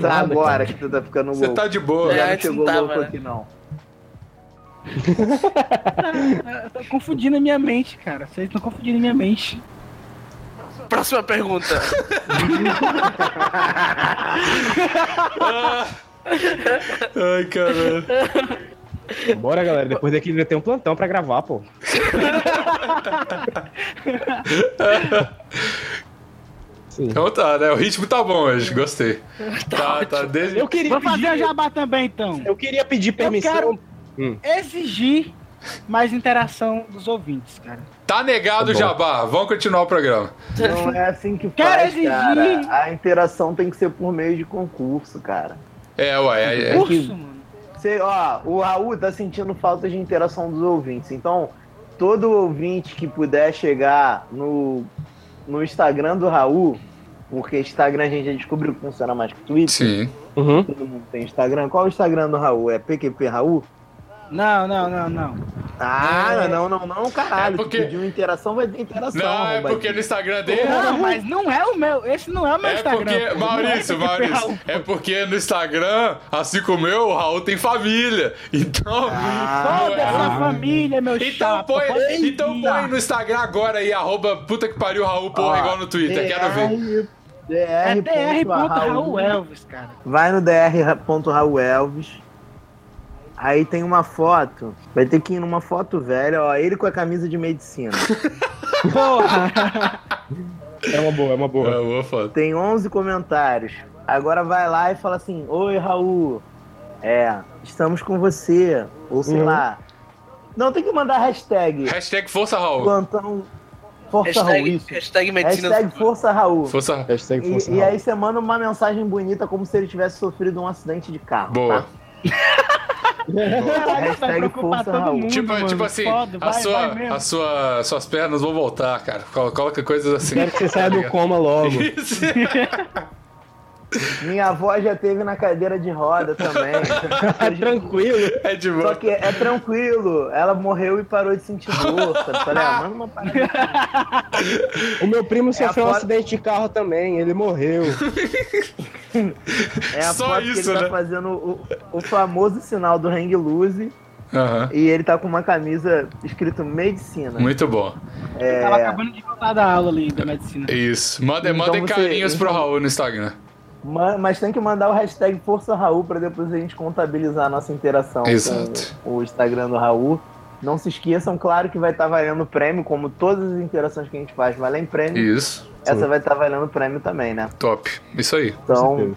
S8: Tá agora que tu tá ficando
S5: você
S8: louco.
S5: tá de boa.
S9: É.
S8: Já não
S9: antes não
S8: chegou
S9: tava,
S8: louco
S9: né?
S8: aqui,
S9: *laughs*
S8: não.
S7: Eu tô confundindo a minha mente, cara. Vocês estão confundindo a minha mente.
S9: Próxima pergunta.
S5: Ai, caralho.
S3: Bora, galera, depois daqui ainda tem um plantão pra gravar, pô. Sim.
S5: Então tá, né? O ritmo tá bom hoje, gostei. *laughs* Tá, tá, desde.
S3: Eu queria
S7: Vou fazer o
S3: pedir,
S7: jabá também, então.
S3: eu queria pedir permissão.
S7: quero- Exigir mais interação dos ouvintes, cara.
S5: Tá
S3: Tá
S5: negado o
S3: bom.
S5: jabá, vamos continuar o programa.
S9: *laughs*
S8: Não é assim que
S7: Quero
S8: faz,
S7: exigir.
S8: cara. A interação tem que ser por meio de concurso, cara.
S5: É, ué, é, é.
S7: Curso, mano.
S8: Você, ó, o Raul tá sentindo falta de interação dos ouvintes. Então, todo ouvinte que puder chegar no, no Instagram do Raul, porque Instagram a gente já descobriu que funciona mais que Twitter.
S5: Sim.
S3: Uhum.
S8: Todo mundo tem Instagram. Qual é o Instagram do Raul? É PQP Raul?
S7: Não, não, não, não.
S8: Ah,
S9: É.
S8: não, não, não, caralho.
S5: É porque-
S8: Se pedir uma interação, vai ter interação.
S5: Não, é
S8: arrombadinho.
S5: porque no Instagram dele.
S7: Não, mas não é o meu. Esse não é o meu
S5: É
S7: Instagram.
S5: porque,
S7: pô. Não é
S5: Maurício,
S7: esse que é o-
S5: Maurício, é porque no Instagram, assim como eu, o Raul tem família. Então.
S8: Ah,
S5: não
S7: Toda
S5: é-
S7: essa família, meu
S5: Então
S7: Ah, chapa.
S5: põe,
S7: pode-
S5: então põe no Instagram agora aí, arroba puta que pariu Raul, porra,
S7: Ah,
S8: Ó,
S5: igual no Twitter, quero ver.
S8: DR.
S7: É dr.raul
S8: Raul
S7: Elvis, cara.
S5: *laughs*
S8: Vai no dr.raul Elvis. Aí tem uma foto. Vai ter que ir numa foto velha, ó. Ele com a camisa de medicina. *laughs*
S3: É uma boa, é uma boa.
S5: É, boa foto.
S8: tem 11 comentários. Agora vai lá e fala assim: Oi, Raul. É, estamos com você. Ou sei
S3: Uhum.
S8: lá. Não, tem que mandar hashtag.
S5: Hashtag Força Raul.
S8: Plantão Força Raul.
S9: Hashtag,
S8: Isso.
S9: hashtag medicina.
S8: Hashtag Força Raul.
S5: Força
S3: Hashtag
S8: E,
S3: força
S8: e
S3: Raul.
S8: aí você manda uma mensagem bonita como se ele tivesse sofrido um acidente de carro.
S5: Boa.
S8: tá?
S7: Caralho, isso vai
S8: Hashtag
S7: preocupar
S8: força,
S7: todo
S8: Raul.
S7: mundo,
S5: Tipo,
S7: mano.
S5: tipo assim,
S7: Foda,
S5: a
S7: vai,
S5: sua,
S7: vai mesmo.
S5: a sua, suas pernas vão voltar, cara. Colo- Coloca coisas assim.
S3: Espero que você saia do coma logo. *laughs*
S5: Isso.
S8: Minha avó já teve na cadeira de roda
S5: *laughs*
S8: também.
S3: Tá Tranquilo.
S5: É de
S8: Só
S5: boa.
S8: que é tranquilo. Ela morreu e parou de sentir dor. sabe? Falei, ah, manda uma parada.
S3: O meu
S8: É
S3: primo sofreu um
S8: foto-
S3: acidente de carro também, ele morreu.
S8: É
S5: *laughs*
S8: a
S5: Só
S8: foto que
S5: isso,
S8: ele
S5: né?
S8: tá fazendo o, o famoso sinal do hang loose
S5: Aham.
S8: e ele tá com uma camisa escrito medicina.
S5: Muito bom.
S8: É.
S7: Eu Tava acabando de voltar da aula ali da medicina.
S5: Isso. Mandem,
S8: Então
S5: mandem
S8: você-
S5: carinhas pro
S8: então-
S5: Raul no Instagram.
S8: Ma- Mas tem que mandar o hashtag Força Raul pra depois a gente contabilizar a nossa interação
S5: Exato.
S8: com o Instagram do Raul. Não se esqueçam, claro que vai estar valendo prêmio, como todas as interações que a gente faz valem prêmio.
S5: Isso.
S8: Essa vai estar valendo prêmio também, né?
S5: Top. Isso aí.
S8: Então,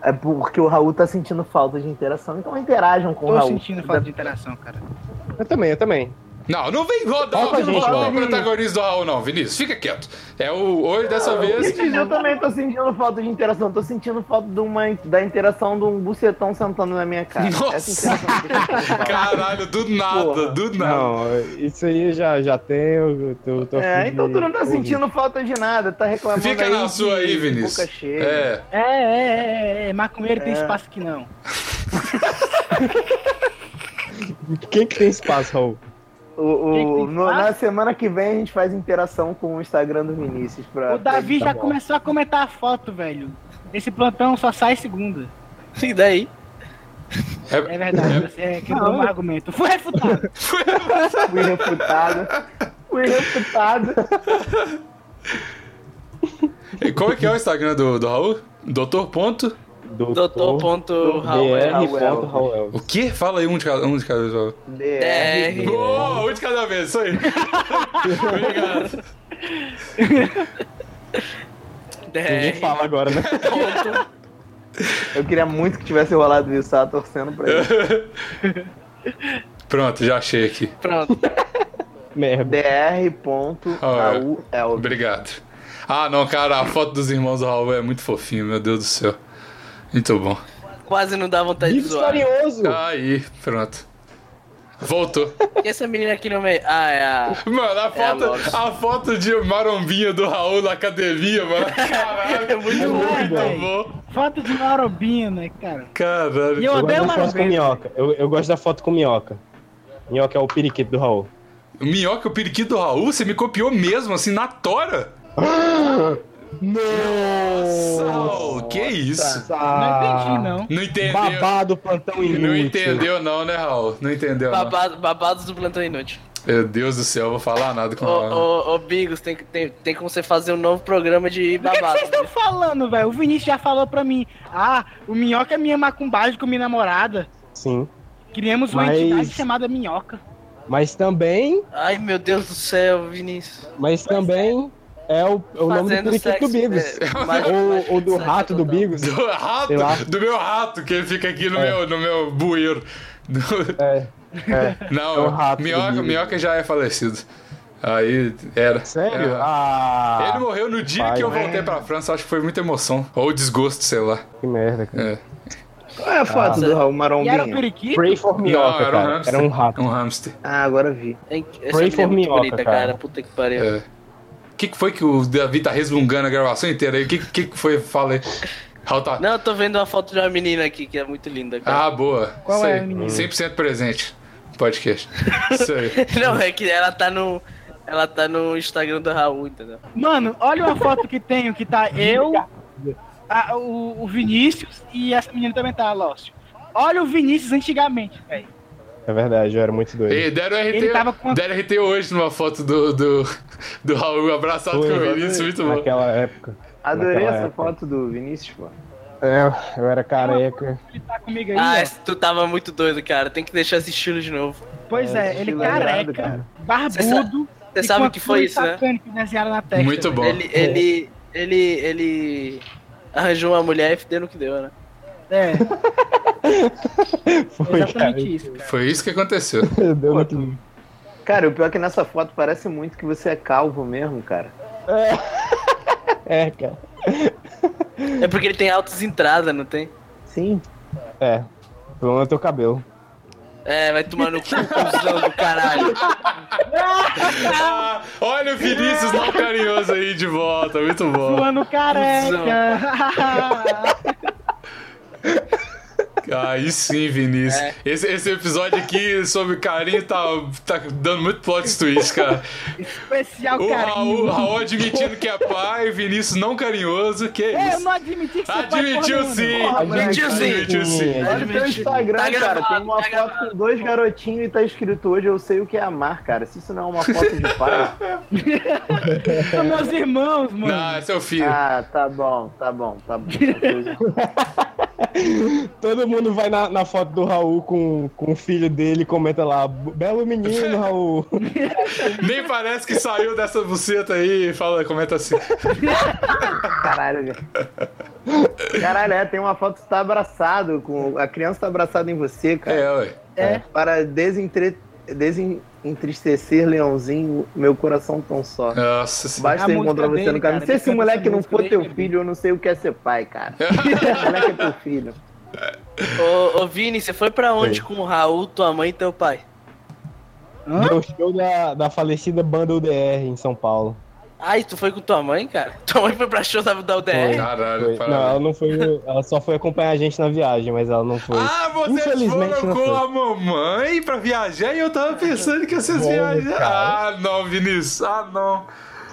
S8: é porque o Raul tá sentindo falta de interação, então interajam com o
S7: Tô
S8: Raul.
S7: sentindo falta de interação, cara.
S3: Eu também, eu também.
S5: Não, não vem rodar
S3: Toca a
S5: o
S3: gente,
S5: o
S3: mano.
S5: protagonista do Raul, não, Vinícius. Fica quieto. É o hoje dessa
S8: *laughs*
S5: vez.
S8: Esses dias eu também tô sentindo falta de interação. Tô sentindo falta de uma, da interação de um bucetão sentando na minha cara.
S5: Nossa.
S8: Essa interação que eu tô sentindo falta.
S5: Caralho, do nada,
S8: Porra.
S5: do nada.
S3: Não, isso aí eu já, já tenho. eu Tô, eu tô afim
S8: É, então
S3: de-
S8: tu não tá sentindo falta de nada, tá reclamando
S5: Fica
S8: aí
S5: na
S8: de
S5: sua aí, Vinícius.
S8: Boca cheia.
S5: É.
S7: É, é, é, é, é. Maconheiro tem espaço aqui não.
S3: Quem que tem espaço, Raul?
S8: O, o-
S7: Tem que
S8: no-
S7: ficar?
S8: na semana que vem a gente faz interação com o Instagram do Vinícius. Pra,
S7: O Davi
S8: pra-
S7: já começou a comentar a foto, velho. Esse plantão só sai segunda.
S9: E daí?
S7: É verdade, você é, quebrou meu argumento. Foi *laughs* refutado.
S8: Fui
S7: *laughs*
S8: refutado. Fui refutado.
S5: E qual é que é o Instagram do, do Raul? Doutor ponto?
S9: Doutor ponto Raul.
S3: Dr.
S8: Raul.
S3: ponto Raul.
S5: O quê? Fala aí um de cada, um de cada vez. Raul.
S9: É,
S5: Boa, um de cada vez, isso aí. Obrigado.
S3: Ninguém
S8: É.
S9: DR.
S3: fala agora,
S8: *laughs*
S3: né?
S8: Eu queria muito que tivesse rolado isso, tava torcendo
S5: É.
S8: pra ele.
S5: Pronto, já achei aqui.
S9: Pronto.
S3: Merda.
S8: dr.raul.
S5: Obrigado. Ah, não, cara, a foto dos irmãos do Raul é muito fofinho, meu Deus do céu. Muito bom.
S9: Quase não dá vontade de
S3: Vives
S9: zoar.
S3: carinhoso!
S5: Aí, pronto. Voltou.
S9: E essa menina aqui no meio? Ah, é a...
S5: Mano, a foto,
S9: lógico.
S5: a foto de marombinha do Raul na academia, mano.
S9: *laughs*
S5: Caralho, é muito,
S7: bom, velho.
S5: bom.
S7: Foto de Marobina, cara. E
S5: Caralho.
S7: eu
S3: Eu
S7: odeio
S3: gosto da foto com
S7: Marobina.
S3: minhoca. Eu, eu gosto da foto com minhoca. Minhoca é o periquito do Raul.
S5: Minhoca, o periquito do Raul, você me copiou mesmo, assim, na tora. Nossa, Raul, que isso?
S7: Não
S3: Ah.
S7: entendi, não.
S5: Não entendeu.
S3: Babado, plantão inútil.
S5: Não entendeu não, né, Raul? Não entendeu não.
S9: Babado, babados do plantão inútil.
S5: Meu Deus do céu, eu vou falar nada com
S9: Ô,
S5: o Raul.
S9: ô, ô, Bigos, tem, que- tem, tem como você fazer um novo programa de
S7: Do que, que vocês
S9: babado.
S7: estão falando, velho? O Vinícius já falou pra mim. Ah, o Minhoca é minha macumbagem com minha namorada.
S3: Sim.
S7: Criamos uma
S3: Mas-
S7: entidade chamada Minhoca.
S3: Mas também,
S9: Ai, meu Deus do céu, Vinícius.
S3: mas também é o, é o nome do
S9: Fazendo
S3: periquito
S9: sexo,
S3: do Bigos. *laughs*
S9: é, mas-
S3: ou, ou do
S9: sexo
S3: rato do
S9: total.
S3: Bigos.
S5: Do rato,
S3: Sei lá.
S5: do meu rato, que ele fica aqui no, meu, no meu bueiro. Do-
S3: É. é.
S5: Não,
S3: É o rato do
S5: minhoca,
S3: milho.
S5: minhoca já é falecido. Aí era.
S3: Sério?
S5: Era.
S3: Ah,
S5: É. Ele morreu no dia
S3: pai,
S5: que eu
S3: né?
S5: voltei pra França, acho que foi muita emoção. Ou desgosto, sei lá.
S3: que merda, cara.
S5: É.
S8: Qual é a foto do Raul
S7: E era o
S8: Marombinha?
S7: periquito?
S3: Pray for minhoca,
S5: era um
S3: cara.
S5: hamster.
S3: Era um rato.
S5: Um hamster.
S8: Ah, agora vi.
S9: Hein,
S3: Pray
S9: Essa menina
S3: for
S9: é muito
S3: minhoca,
S9: bonita,
S3: cara.
S9: cara. Puta que pariu.
S5: É. O que, que foi que o Davi tá resmungando a gravação inteira aí? O que, que que foi? Fala aí. Raul tá-
S9: Não, eu tô vendo uma foto de uma menina aqui que é muito linda, cara.
S5: Ah, boa.
S7: Qual
S5: Isso
S7: é,
S5: aí.
S7: menino?
S5: 100% presente. Podcast. Isso aí.
S9: *laughs* Não, é que ela tá no. Ela tá no Instagram do Raul, entendeu?
S7: Mano, olha uma foto que tenho que tá eu, a- o, o Vinícius e essa menina também tá, Lócio. Olha o Vinícius antigamente, velho.
S3: É verdade, eu era muito doido.
S5: E deram RT,
S7: Ele tava com-
S5: deram RT hoje numa foto do, do, do Raul abraçado
S3: Foi,
S5: com o Vinícius. é Muito bom.
S3: Naquela época.
S8: Adorei
S3: Naquela
S8: essa
S3: época.
S8: foto do Vinícius, pô.
S3: É, eu era careca.
S7: Ele tá comigo aí,
S9: Ah,
S7: ó.
S9: esse- tu tava muito doido, cara. Tem que deixar esse estilo de novo.
S7: Pois é, ele
S8: estilo
S7: careca,
S8: irado, cara.
S9: Cê sa-
S7: barbudo.
S9: Você sabe o que foi isso, né?
S7: Que desenharam na testa,
S5: Muito
S7: velho.
S5: bom.
S9: Ele, ele, ele, ele arranjou uma mulher e deu no que deu, né?
S7: É,
S3: Foi, cara.
S7: exatamente isso, cara.
S5: Foi isso que
S7: *laughs*
S5: aconteceu.
S3: Deu muito-
S8: Cara, o pior é que nessa foto parece muito que você é calvo mesmo, cara.
S3: É, cara.
S9: É porque ele tem altas entradas, não tem?
S8: Sim.
S3: É. problema é teu cabelo.
S9: É, vai tomar no cu, cuzão do caralho.
S5: Ah, olha o Vinícius mal carinhoso aí de volta, muito bom.
S7: Mano, careca.
S5: Aí sim, Vinícius. Esse, esse episódio aqui sobre carinho tá, tá dando muito plot twist, cara.
S7: *laughs* Especial
S5: O Raul,
S7: É carinho.
S5: o Raul admitindo que é pai, o Vinícius não carinhoso, que
S7: É,
S5: isso?
S7: eu não admiti que você
S5: Admitiu sim!
S9: Admitiu sim.
S5: Admitiu sim!
S8: Olha o teu Instagram,
S9: É Tá gravado,
S8: cara. Tem uma
S9: tá
S8: foto com dois garotinhos e tá escrito hoje eu sei o que é amar, cara. Se isso não é uma foto de pai.
S7: São meus irmãos, mano.
S5: Não, é seu filho.
S8: ah, tá bom, tá bom, tá bom.
S3: Todo mundo vai na, na foto do Raul com, com o filho dele e comenta lá, belo menino, Raul.
S5: Nem parece que saiu dessa buceta aí. Fala, comenta assim.
S8: Caralho, cara. Caralho, é, tem uma foto que você tá abraçado. Com... A criança tá abraçada em você, cara.
S5: É, ué.
S8: Para desentre... desentristecer Leãozinho, meu coração tão só.
S5: Nossa senhora.
S8: Basta
S7: A
S8: eu encontrar
S7: música
S8: você
S7: dele,
S8: no caminho.
S7: cara,
S8: se
S7: ele
S8: esse
S7: canta
S8: moleque
S7: essa
S8: não
S7: música
S8: for
S7: dele,
S8: teu
S7: cara.
S8: filho, eu não sei o que é ser pai, *laughs* cara. esse moleque é teu filho.
S9: Ô, ô, Vini, você foi pra onde com o Raul, tua mãe e teu pai?
S3: Deu show da, da falecida banda UDR em São Paulo.
S9: Ai, tu foi com tua mãe, cara? Tua mãe foi pra show da, da UDR?
S5: Caralho,
S3: Foi- Não,
S5: parabéns.
S3: ela não foi. Ela só foi acompanhar a gente na viagem, mas ela não foi.
S5: Ah, vocês
S3: Infelizmente,
S5: foram
S3: não
S5: com
S3: foi.
S5: a mamãe pra viajar e eu tava pensando que vocês
S3: Bom,
S5: viajaram.
S3: cara.
S5: Ah, não, Vinícius. Ah, não.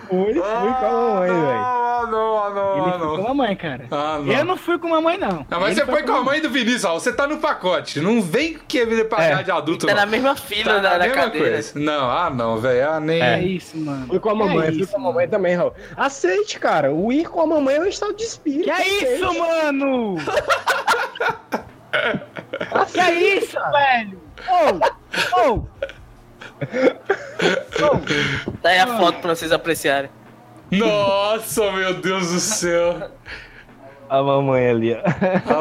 S3: Fui, fui com a mamãe, velho.
S5: Ah, não, ah, não,
S7: Ele
S5: ah,
S7: foi com
S5: não.
S7: a mamãe, cara.
S5: Ah, não.
S7: Eu não fui com mamãe, não.
S5: Não, mas
S7: Ele
S5: você foi com a mãe do Vinícius, ó. Você tá no pacote. Não vem querer pagar
S3: É.
S5: de adulto,
S9: Tá
S5: não.
S9: na mesma fila
S5: Tá
S9: da,
S5: na
S9: da
S5: mesma
S9: cadeira.
S5: coisa. Não, ah, não, velho. Ah, nem.
S7: É isso, mano.
S3: Fui com a mamãe,
S7: Que é
S3: fui
S7: isso,
S3: com a mamãe também, Raul. Aceite, cara. O ir com a mamãe é um estado de espírito.
S7: Que
S3: aceite.
S7: isso,
S3: *laughs*
S7: mano? que
S3: é
S7: isso, velho? Ô, ô,
S9: Tá aí a foto pra vocês apreciarem.
S5: Nossa, meu Deus do céu.
S3: A mamãe ali, ó.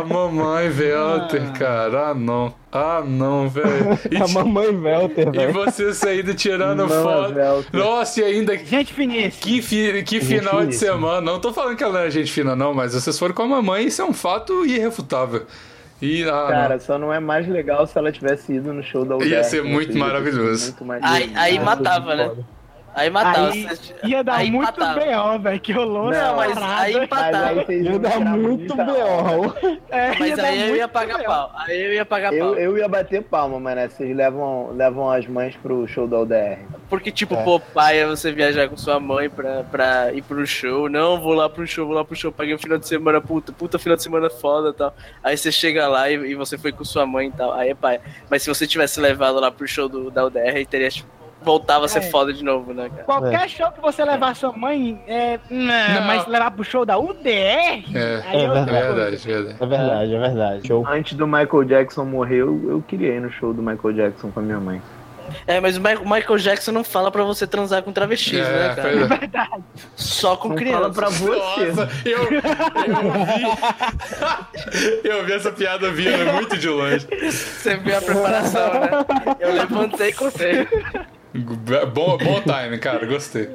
S5: A mamãe, Velter, cara. Ah, não. Ah, não, velho. E
S3: *laughs* A
S5: ti-
S3: mamãe Velter,
S5: E
S3: velho.
S5: vocês ainda tirando
S8: Não,
S5: foto.
S8: Velter.
S5: Nossa, e ainda que,
S7: gente finíssima.
S5: que, fi- que final de
S3: finíssima.
S5: semana. Não tô falando que ela é gente fina, não, mas vocês foram com a mamãe, isso é um fato irrefutável. E, ah,
S8: Cara, só não é mais legal se ela tivesse ido no show da UDR.
S5: Ia ser
S8: né?
S5: muito
S8: Teria
S5: maravilhoso.
S8: sido muito mais
S9: Aí,
S8: lindo.
S9: aí matava, né? Aí matava.
S7: Aí
S9: vocês-
S7: ia dar
S9: né? aí
S7: muito
S9: matava.
S7: B.O., velho, que rolou
S9: Não,
S7: na
S9: mas
S7: parada.
S9: aí
S8: Mas aí
S9: empatava.
S8: vocês
S3: Ia
S8: iam
S3: dar
S8: tirar
S3: muito
S8: muita
S3: B.O.
S8: onda.
S3: Raul.
S7: É, ia
S9: Mas
S7: dar
S9: aí eu
S7: muito
S9: ia pagar
S7: B.O..
S9: pau. Aí eu ia pagar pau.
S8: Eu, eu ia bater palma, mas né, vocês levam, levam as mães pro show da UDR.
S9: Porque, tipo, pô, pai, é você viajar com sua mãe pra, pra ir pro show. Não, vou lá pro show, vou lá pro show. Paguei um final de semana, puta, puta final de semana foda e tal. Aí você chega lá e, e você foi com sua mãe e tal. Aí é pai. Mas se você tivesse levado lá pro show do, da UDR, aí teria, tipo, voltava a ser
S7: É.
S9: foda de novo, né, cara?
S7: Qualquer
S3: É.
S7: show que você levar sua mãe, é... Não,
S5: Não.
S7: mas levar pro show da UDR...
S5: É.
S7: aí eu-
S3: É
S5: verdade, verdade.
S3: É verdade, é verdade. Show.
S8: Antes do Michael Jackson morrer, eu, eu queria ir no show do Michael Jackson com a minha mãe.
S9: É, mas o Mi- Michael Jackson não fala pra você transar com travestis,
S5: É,
S9: né, cara?
S5: pois é.
S9: Só com
S8: Não
S9: criança.
S8: fala pra você.
S5: Nossa, eu, eu vi. *laughs* eu vi essa piada vindo muito de longe.
S9: Você viu a preparação, né? Eu levantei com você.
S5: Bom, bom time, cara, gostei.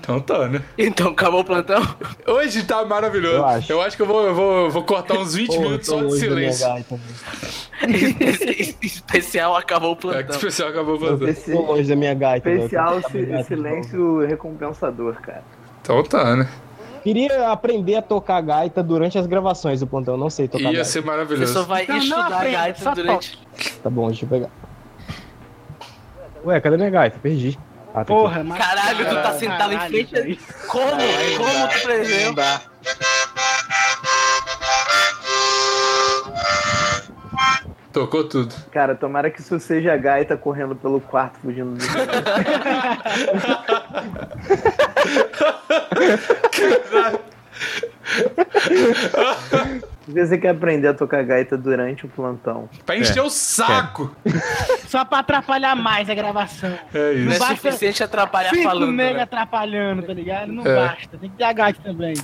S5: Então tá, né?
S9: Então, acabou o plantão?
S5: Hoje tá maravilhoso. Eu
S3: Eu
S5: acho,
S3: acho.
S5: que eu vou, eu vou, eu vou cortar uns 20
S3: Pô,
S5: minutos
S3: tô né,
S5: só
S3: longe
S5: de
S3: da minha
S5: silêncio.
S3: gaita, né? velho.
S9: Especial
S5: É
S9: acabou o
S5: que o
S9: plantão.
S5: especial acabou fazendo.
S8: Esse
S3: Tô longe da minha gaita. velho.
S8: especial
S3: Tô longe da minha
S8: si-
S3: gaita, então.
S8: silêncio recompensador, cara.
S5: Então tá, né?
S3: velho. Queria aprender a tocar gaita durante as gravações do plantão. Eu Não sei tocar
S5: Ia
S3: gaita.
S5: ser
S9: Você só
S5: maravilhoso.
S9: vai
S7: Então, não
S9: estudar
S7: aprenda,
S9: gaita
S7: só
S9: durante.
S3: Tá bom, deixa eu pegar. Ué, cadê minha gaita? Perdi. Ah, tá aqui.
S7: Porra, mas...
S9: Caralho, tu tá sentado em
S7: Caralho,
S9: frente.
S7: velho.
S9: *laughs* Como? Como tu preveu?
S5: Tocou tudo.
S8: Cara, tomara que isso seja a gaita correndo pelo quarto, fugindo do. Às vezes você quer aprender a tocar gaita durante o plantão.
S5: Pra encher o saco.
S7: Só pra atrapalhar mais a gravação.
S5: É
S9: Não
S5: isso.
S9: é
S7: Basta-
S9: suficiente atrapalhar
S7: Fico
S9: falando.
S7: mega
S9: né?
S7: atrapalhando, tá ligado? Não
S5: É.
S7: basta. Tem que ter a gaita também.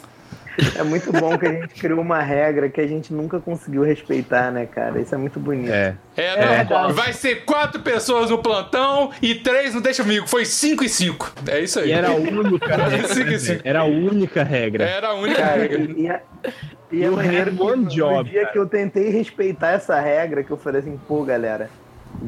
S8: É muito bom que a gente criou uma regra que a gente nunca conseguiu respeitar, né, cara? Isso é muito bonito.
S11: É.
S5: É, não. Vai ser quatro pessoas no plantão e três no Deixa Comigo. Foi cinco e cinco. É isso aí.
S3: E
S5: *laughs*
S3: era um. a única
S5: Sim,
S3: regra.
S5: sim.
S3: né? Era a única regra.
S5: Era a única
S8: Cara,
S5: regra.
S8: e, e é- e é
S3: You
S8: maneiro
S3: had
S8: que
S3: one
S8: no
S3: job,
S8: dia
S3: cara.
S8: que eu tentei respeitar essa regra, que eu falei assim, pô, galera,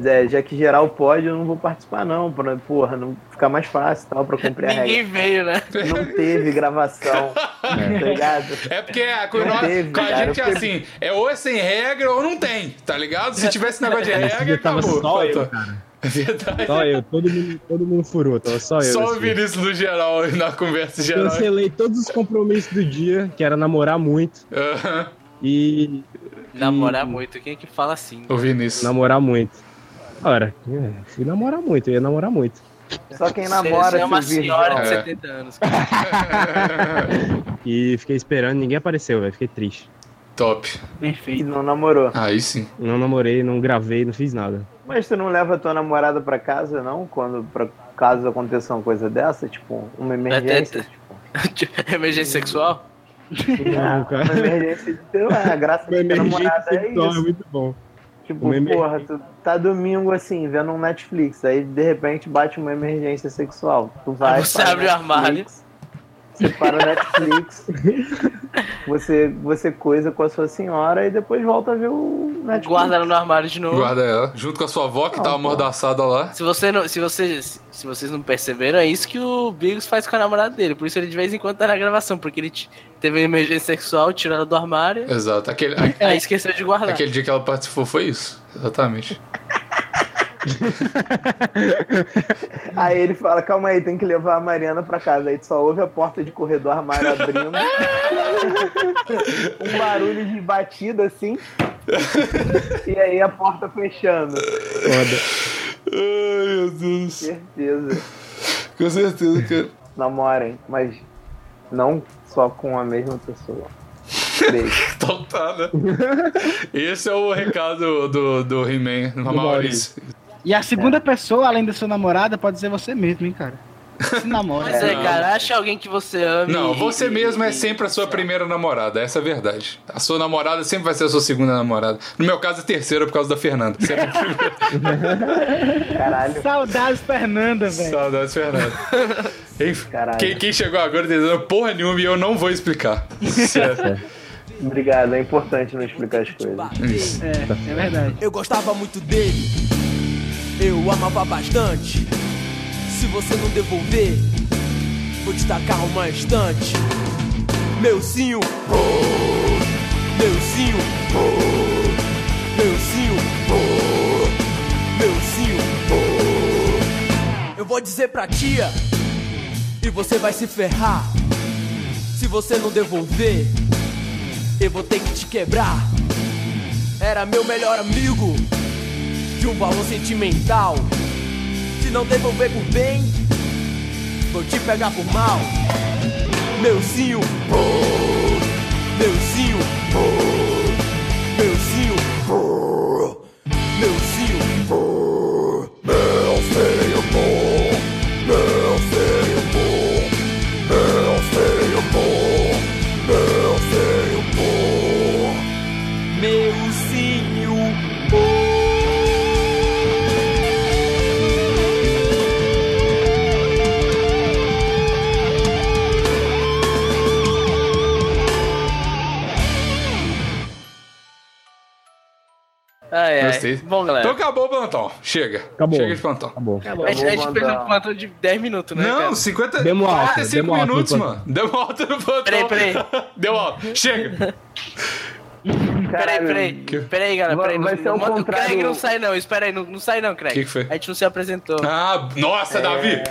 S8: é, já que geral pode, eu não vou participar não, pra, porra, não ficar mais fácil e tal, pra cumprir a
S9: Ninguém
S8: regra.
S9: veio, né?
S8: Não teve gravação, tá ligado?
S5: É porque a, com
S8: Não
S5: nós-
S8: teve,
S5: com a
S8: cara,
S5: gente é
S8: eu
S5: assim, é ou é sem regra ou não tem, tá ligado? Se tivesse negócio de
S3: Nesse
S5: regra,
S3: dia É. tava
S5: acabou.
S3: só eu,
S5: Faltou.
S3: cara.
S5: É verdade.
S3: Só eu. Todo mundo, todo mundo furou. Tava só eu.
S5: Só o
S3: assim.
S5: Vinícius do geral na conversa geral.
S3: Cancelei todos os compromissos do dia, que era namorar muito.
S5: Aham.
S3: E
S9: Namorar muito, quem é que fala assim?
S5: O Vinícius.
S3: namorar muito. Ora, é, fui namorar muito, eu ia namorar muito.
S8: Só quem
S9: Você
S8: namora,
S9: é uma
S8: seu virgem.
S9: senhora de
S5: É.
S9: 70 anos. cara.
S3: E fiquei esperando, ninguém apareceu, velho. Fiquei triste.
S5: *laughs* Top.
S8: E não namorou.
S5: Aí sim.
S3: Não namorei, não gravei, não fiz nada.
S8: Mas tu não leva a tua namorada pra casa, não? Quando, pra, caso aconteça uma coisa dessa, tipo, uma emergência. tipo,
S9: Até- *laughs* Emergência sexual?
S3: Não,
S8: Uma
S3: cara.
S8: emergência de sei lá, a graça
S3: Uma
S8: de ter
S3: emergência
S8: namorada é
S3: sexual é
S8: isso.
S3: muito bom.
S8: Tipo,
S3: Uma emergência.
S8: porra, tu tá domingo assim, vendo um Netflix, aí de repente bate uma emergência sexual. Tu vai.
S9: Você
S8: para
S9: abre o armário.
S8: Você para
S9: *laughs*
S8: o Netflix. você, você coisa com a sua senhora e depois volta a ver
S7: é
S8: o Netflix.
S7: tipo
S9: Guarda ela no armário de novo.
S5: Guarda ela. Junto com a sua avó que
S8: Não,
S5: tava
S8: pô.
S5: amordaçada lá.
S9: Se, você não, se, vocês, se vocês não perceberam, é isso que o Bigos faz com a namorada dele. Por isso ele de vez em quando tá na gravação, porque ele t- teve uma emergência sexual, tirou ela do armário,
S3: *laughs*
S5: Exato. Aquele, a-
S7: É.
S9: aí esqueceu de guardar.
S5: aquele dia que ela participou foi isso. Exatamente.
S8: Aí ele fala, calma aí, tem que levar a Mariana pra casa. Aí tu só ouve a porta de corredor armário
S9: *laughs*
S8: abrindo. um barulho de batida assim. e aí a porta fechando.
S3: Foda.
S5: Ai, meu Deus.
S8: Certeza.
S5: Com certeza, cara. *laughs*
S8: namorem, mas não só com a mesma pessoa. Beijo.
S5: Então tá, né? Esse é o recado do, do He-Man, do Maurício.
S7: E a
S9: É.
S7: segunda pessoa, além da sua namorada, pode ser você mesmo, hein, cara? Se namora.
S9: Mas é,
S5: Não.
S9: cara, acha alguém que você ama.
S5: Não,
S9: e-
S5: você
S9: e-
S5: mesmo é
S9: e-
S5: sempre a sua primeira namorada, essa é a verdade. A sua namorada sempre vai ser a sua segunda namorada. No meu caso, a terceira por causa da Fernanda. *laughs* Sempre a primeira.
S9: é
S8: Caralho,
S7: É Saudades, Fernanda, velho.
S5: Saudades, Fernanda. Enfim,
S8: Caralho.
S5: Quem, quem chegou agora entendeu porra nenhuma e eu não vou explicar.
S9: É.
S5: Sério.
S8: obrigado. É importante não explicar as coisas.
S5: Isso.
S7: É, é verdade.
S10: Eu gostava muito dele, eu amava bastante. Se você não devolver, vou destacar uma estante. Meuzinho, oh, meuzinho, oh, meuzinho, oh, meuzinho. oh. Eu vou dizer pra tia, e você vai se ferrar. Se você não devolver, eu vou ter que te quebrar era meu melhor amigo de um valor sentimental. Se não devolver por bem, vou te pegar por mal. Meuzinho, oh, meuzinho, oh, meuzinho, oh, meuzinho, oh, meu feio bom, meu feio bom, meu feio bom, meu feio bom. Meuzinho
S9: Ai, ai.
S5: Gostei.
S9: Ah, é. Bom, galera. Tá
S5: Então acabou o plantão. Chega.
S3: Acabou.
S5: Chega de plantão.
S3: Acabou.
S9: A gente, a gente fez um plantão de 10 minutos, né?
S5: Não,
S9: cara?
S5: 50,
S3: Demo alta,
S5: 45
S3: demo alta no
S5: minutos,
S3: plantão.
S5: mano. Deu alta no plantão.
S9: Peraí, peraí.
S5: *laughs* Deu alta. Chega.
S9: Peraí,
S8: Caralho,
S9: peraí.
S5: que-
S9: Peraí, galera.
S8: Vai-
S9: Peraí.
S8: vai
S9: não-
S8: ser o
S9: não manda-
S8: contrário.
S9: Craig não sai, não. Espera aí, não, não sai, não, Craig.
S5: Que que foi?
S9: A gente não se apresentou.
S5: Ah, nossa, Davi!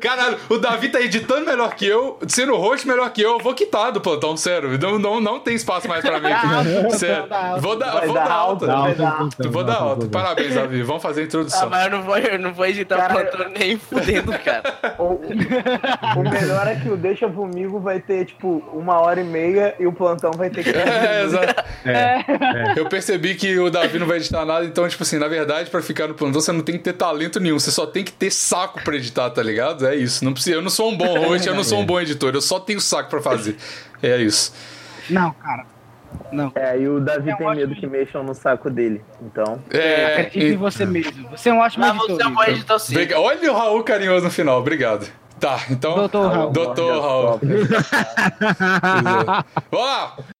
S5: Caralho, o Davi tá editando melhor que eu, sendo host melhor que eu, eu vou quitar do plantão, sério. Não, não, não tem espaço mais pra mim aqui. Sério. Vou dar,
S8: Vai
S5: vou
S8: dar
S5: dar
S8: alta,
S5: alta.
S8: vai dar
S3: alta,
S5: Vou dar alta. Parabéns, Davi. Vamos fazer a
S9: Ah,
S5: introdução.
S9: mas eu não vou, eu não vou editar o
S8: Caralho.
S9: plantão nem fudendo,
S8: *laughs*
S9: cara.
S8: O, o melhor é
S5: *laughs*
S8: que o Deixa Comigo vai ter, tipo, uma hora e meia e o plantão vai ter que.
S5: *laughs* É, exato.
S3: É,
S5: Eu percebi que o Davi não vai editar nada, então, tipo assim, na verdade, pra ficar no plantão, você não tem que ter talento nenhum, você só tem que ter saco pra editar, tá ligado? É isso. Não precisa, eu não sou um bom host, eu não sou um bom editor, eu só tenho saco pra fazer. É isso.
S7: Não, cara. um Não.
S2: É, e o Davi tem medo que mexam no saco dele. Então,
S5: É,
S7: Acredite em você mesmo. Você é um ótimo
S9: Mas você é um
S7: editor.
S9: bom editor sim.
S5: Briga- Olha o Raul carinhoso no final, obrigado. Tá, então.
S7: Doutor
S5: *laughs*
S7: Raul.
S5: Doutor Raul. Pois é. Vamos lá!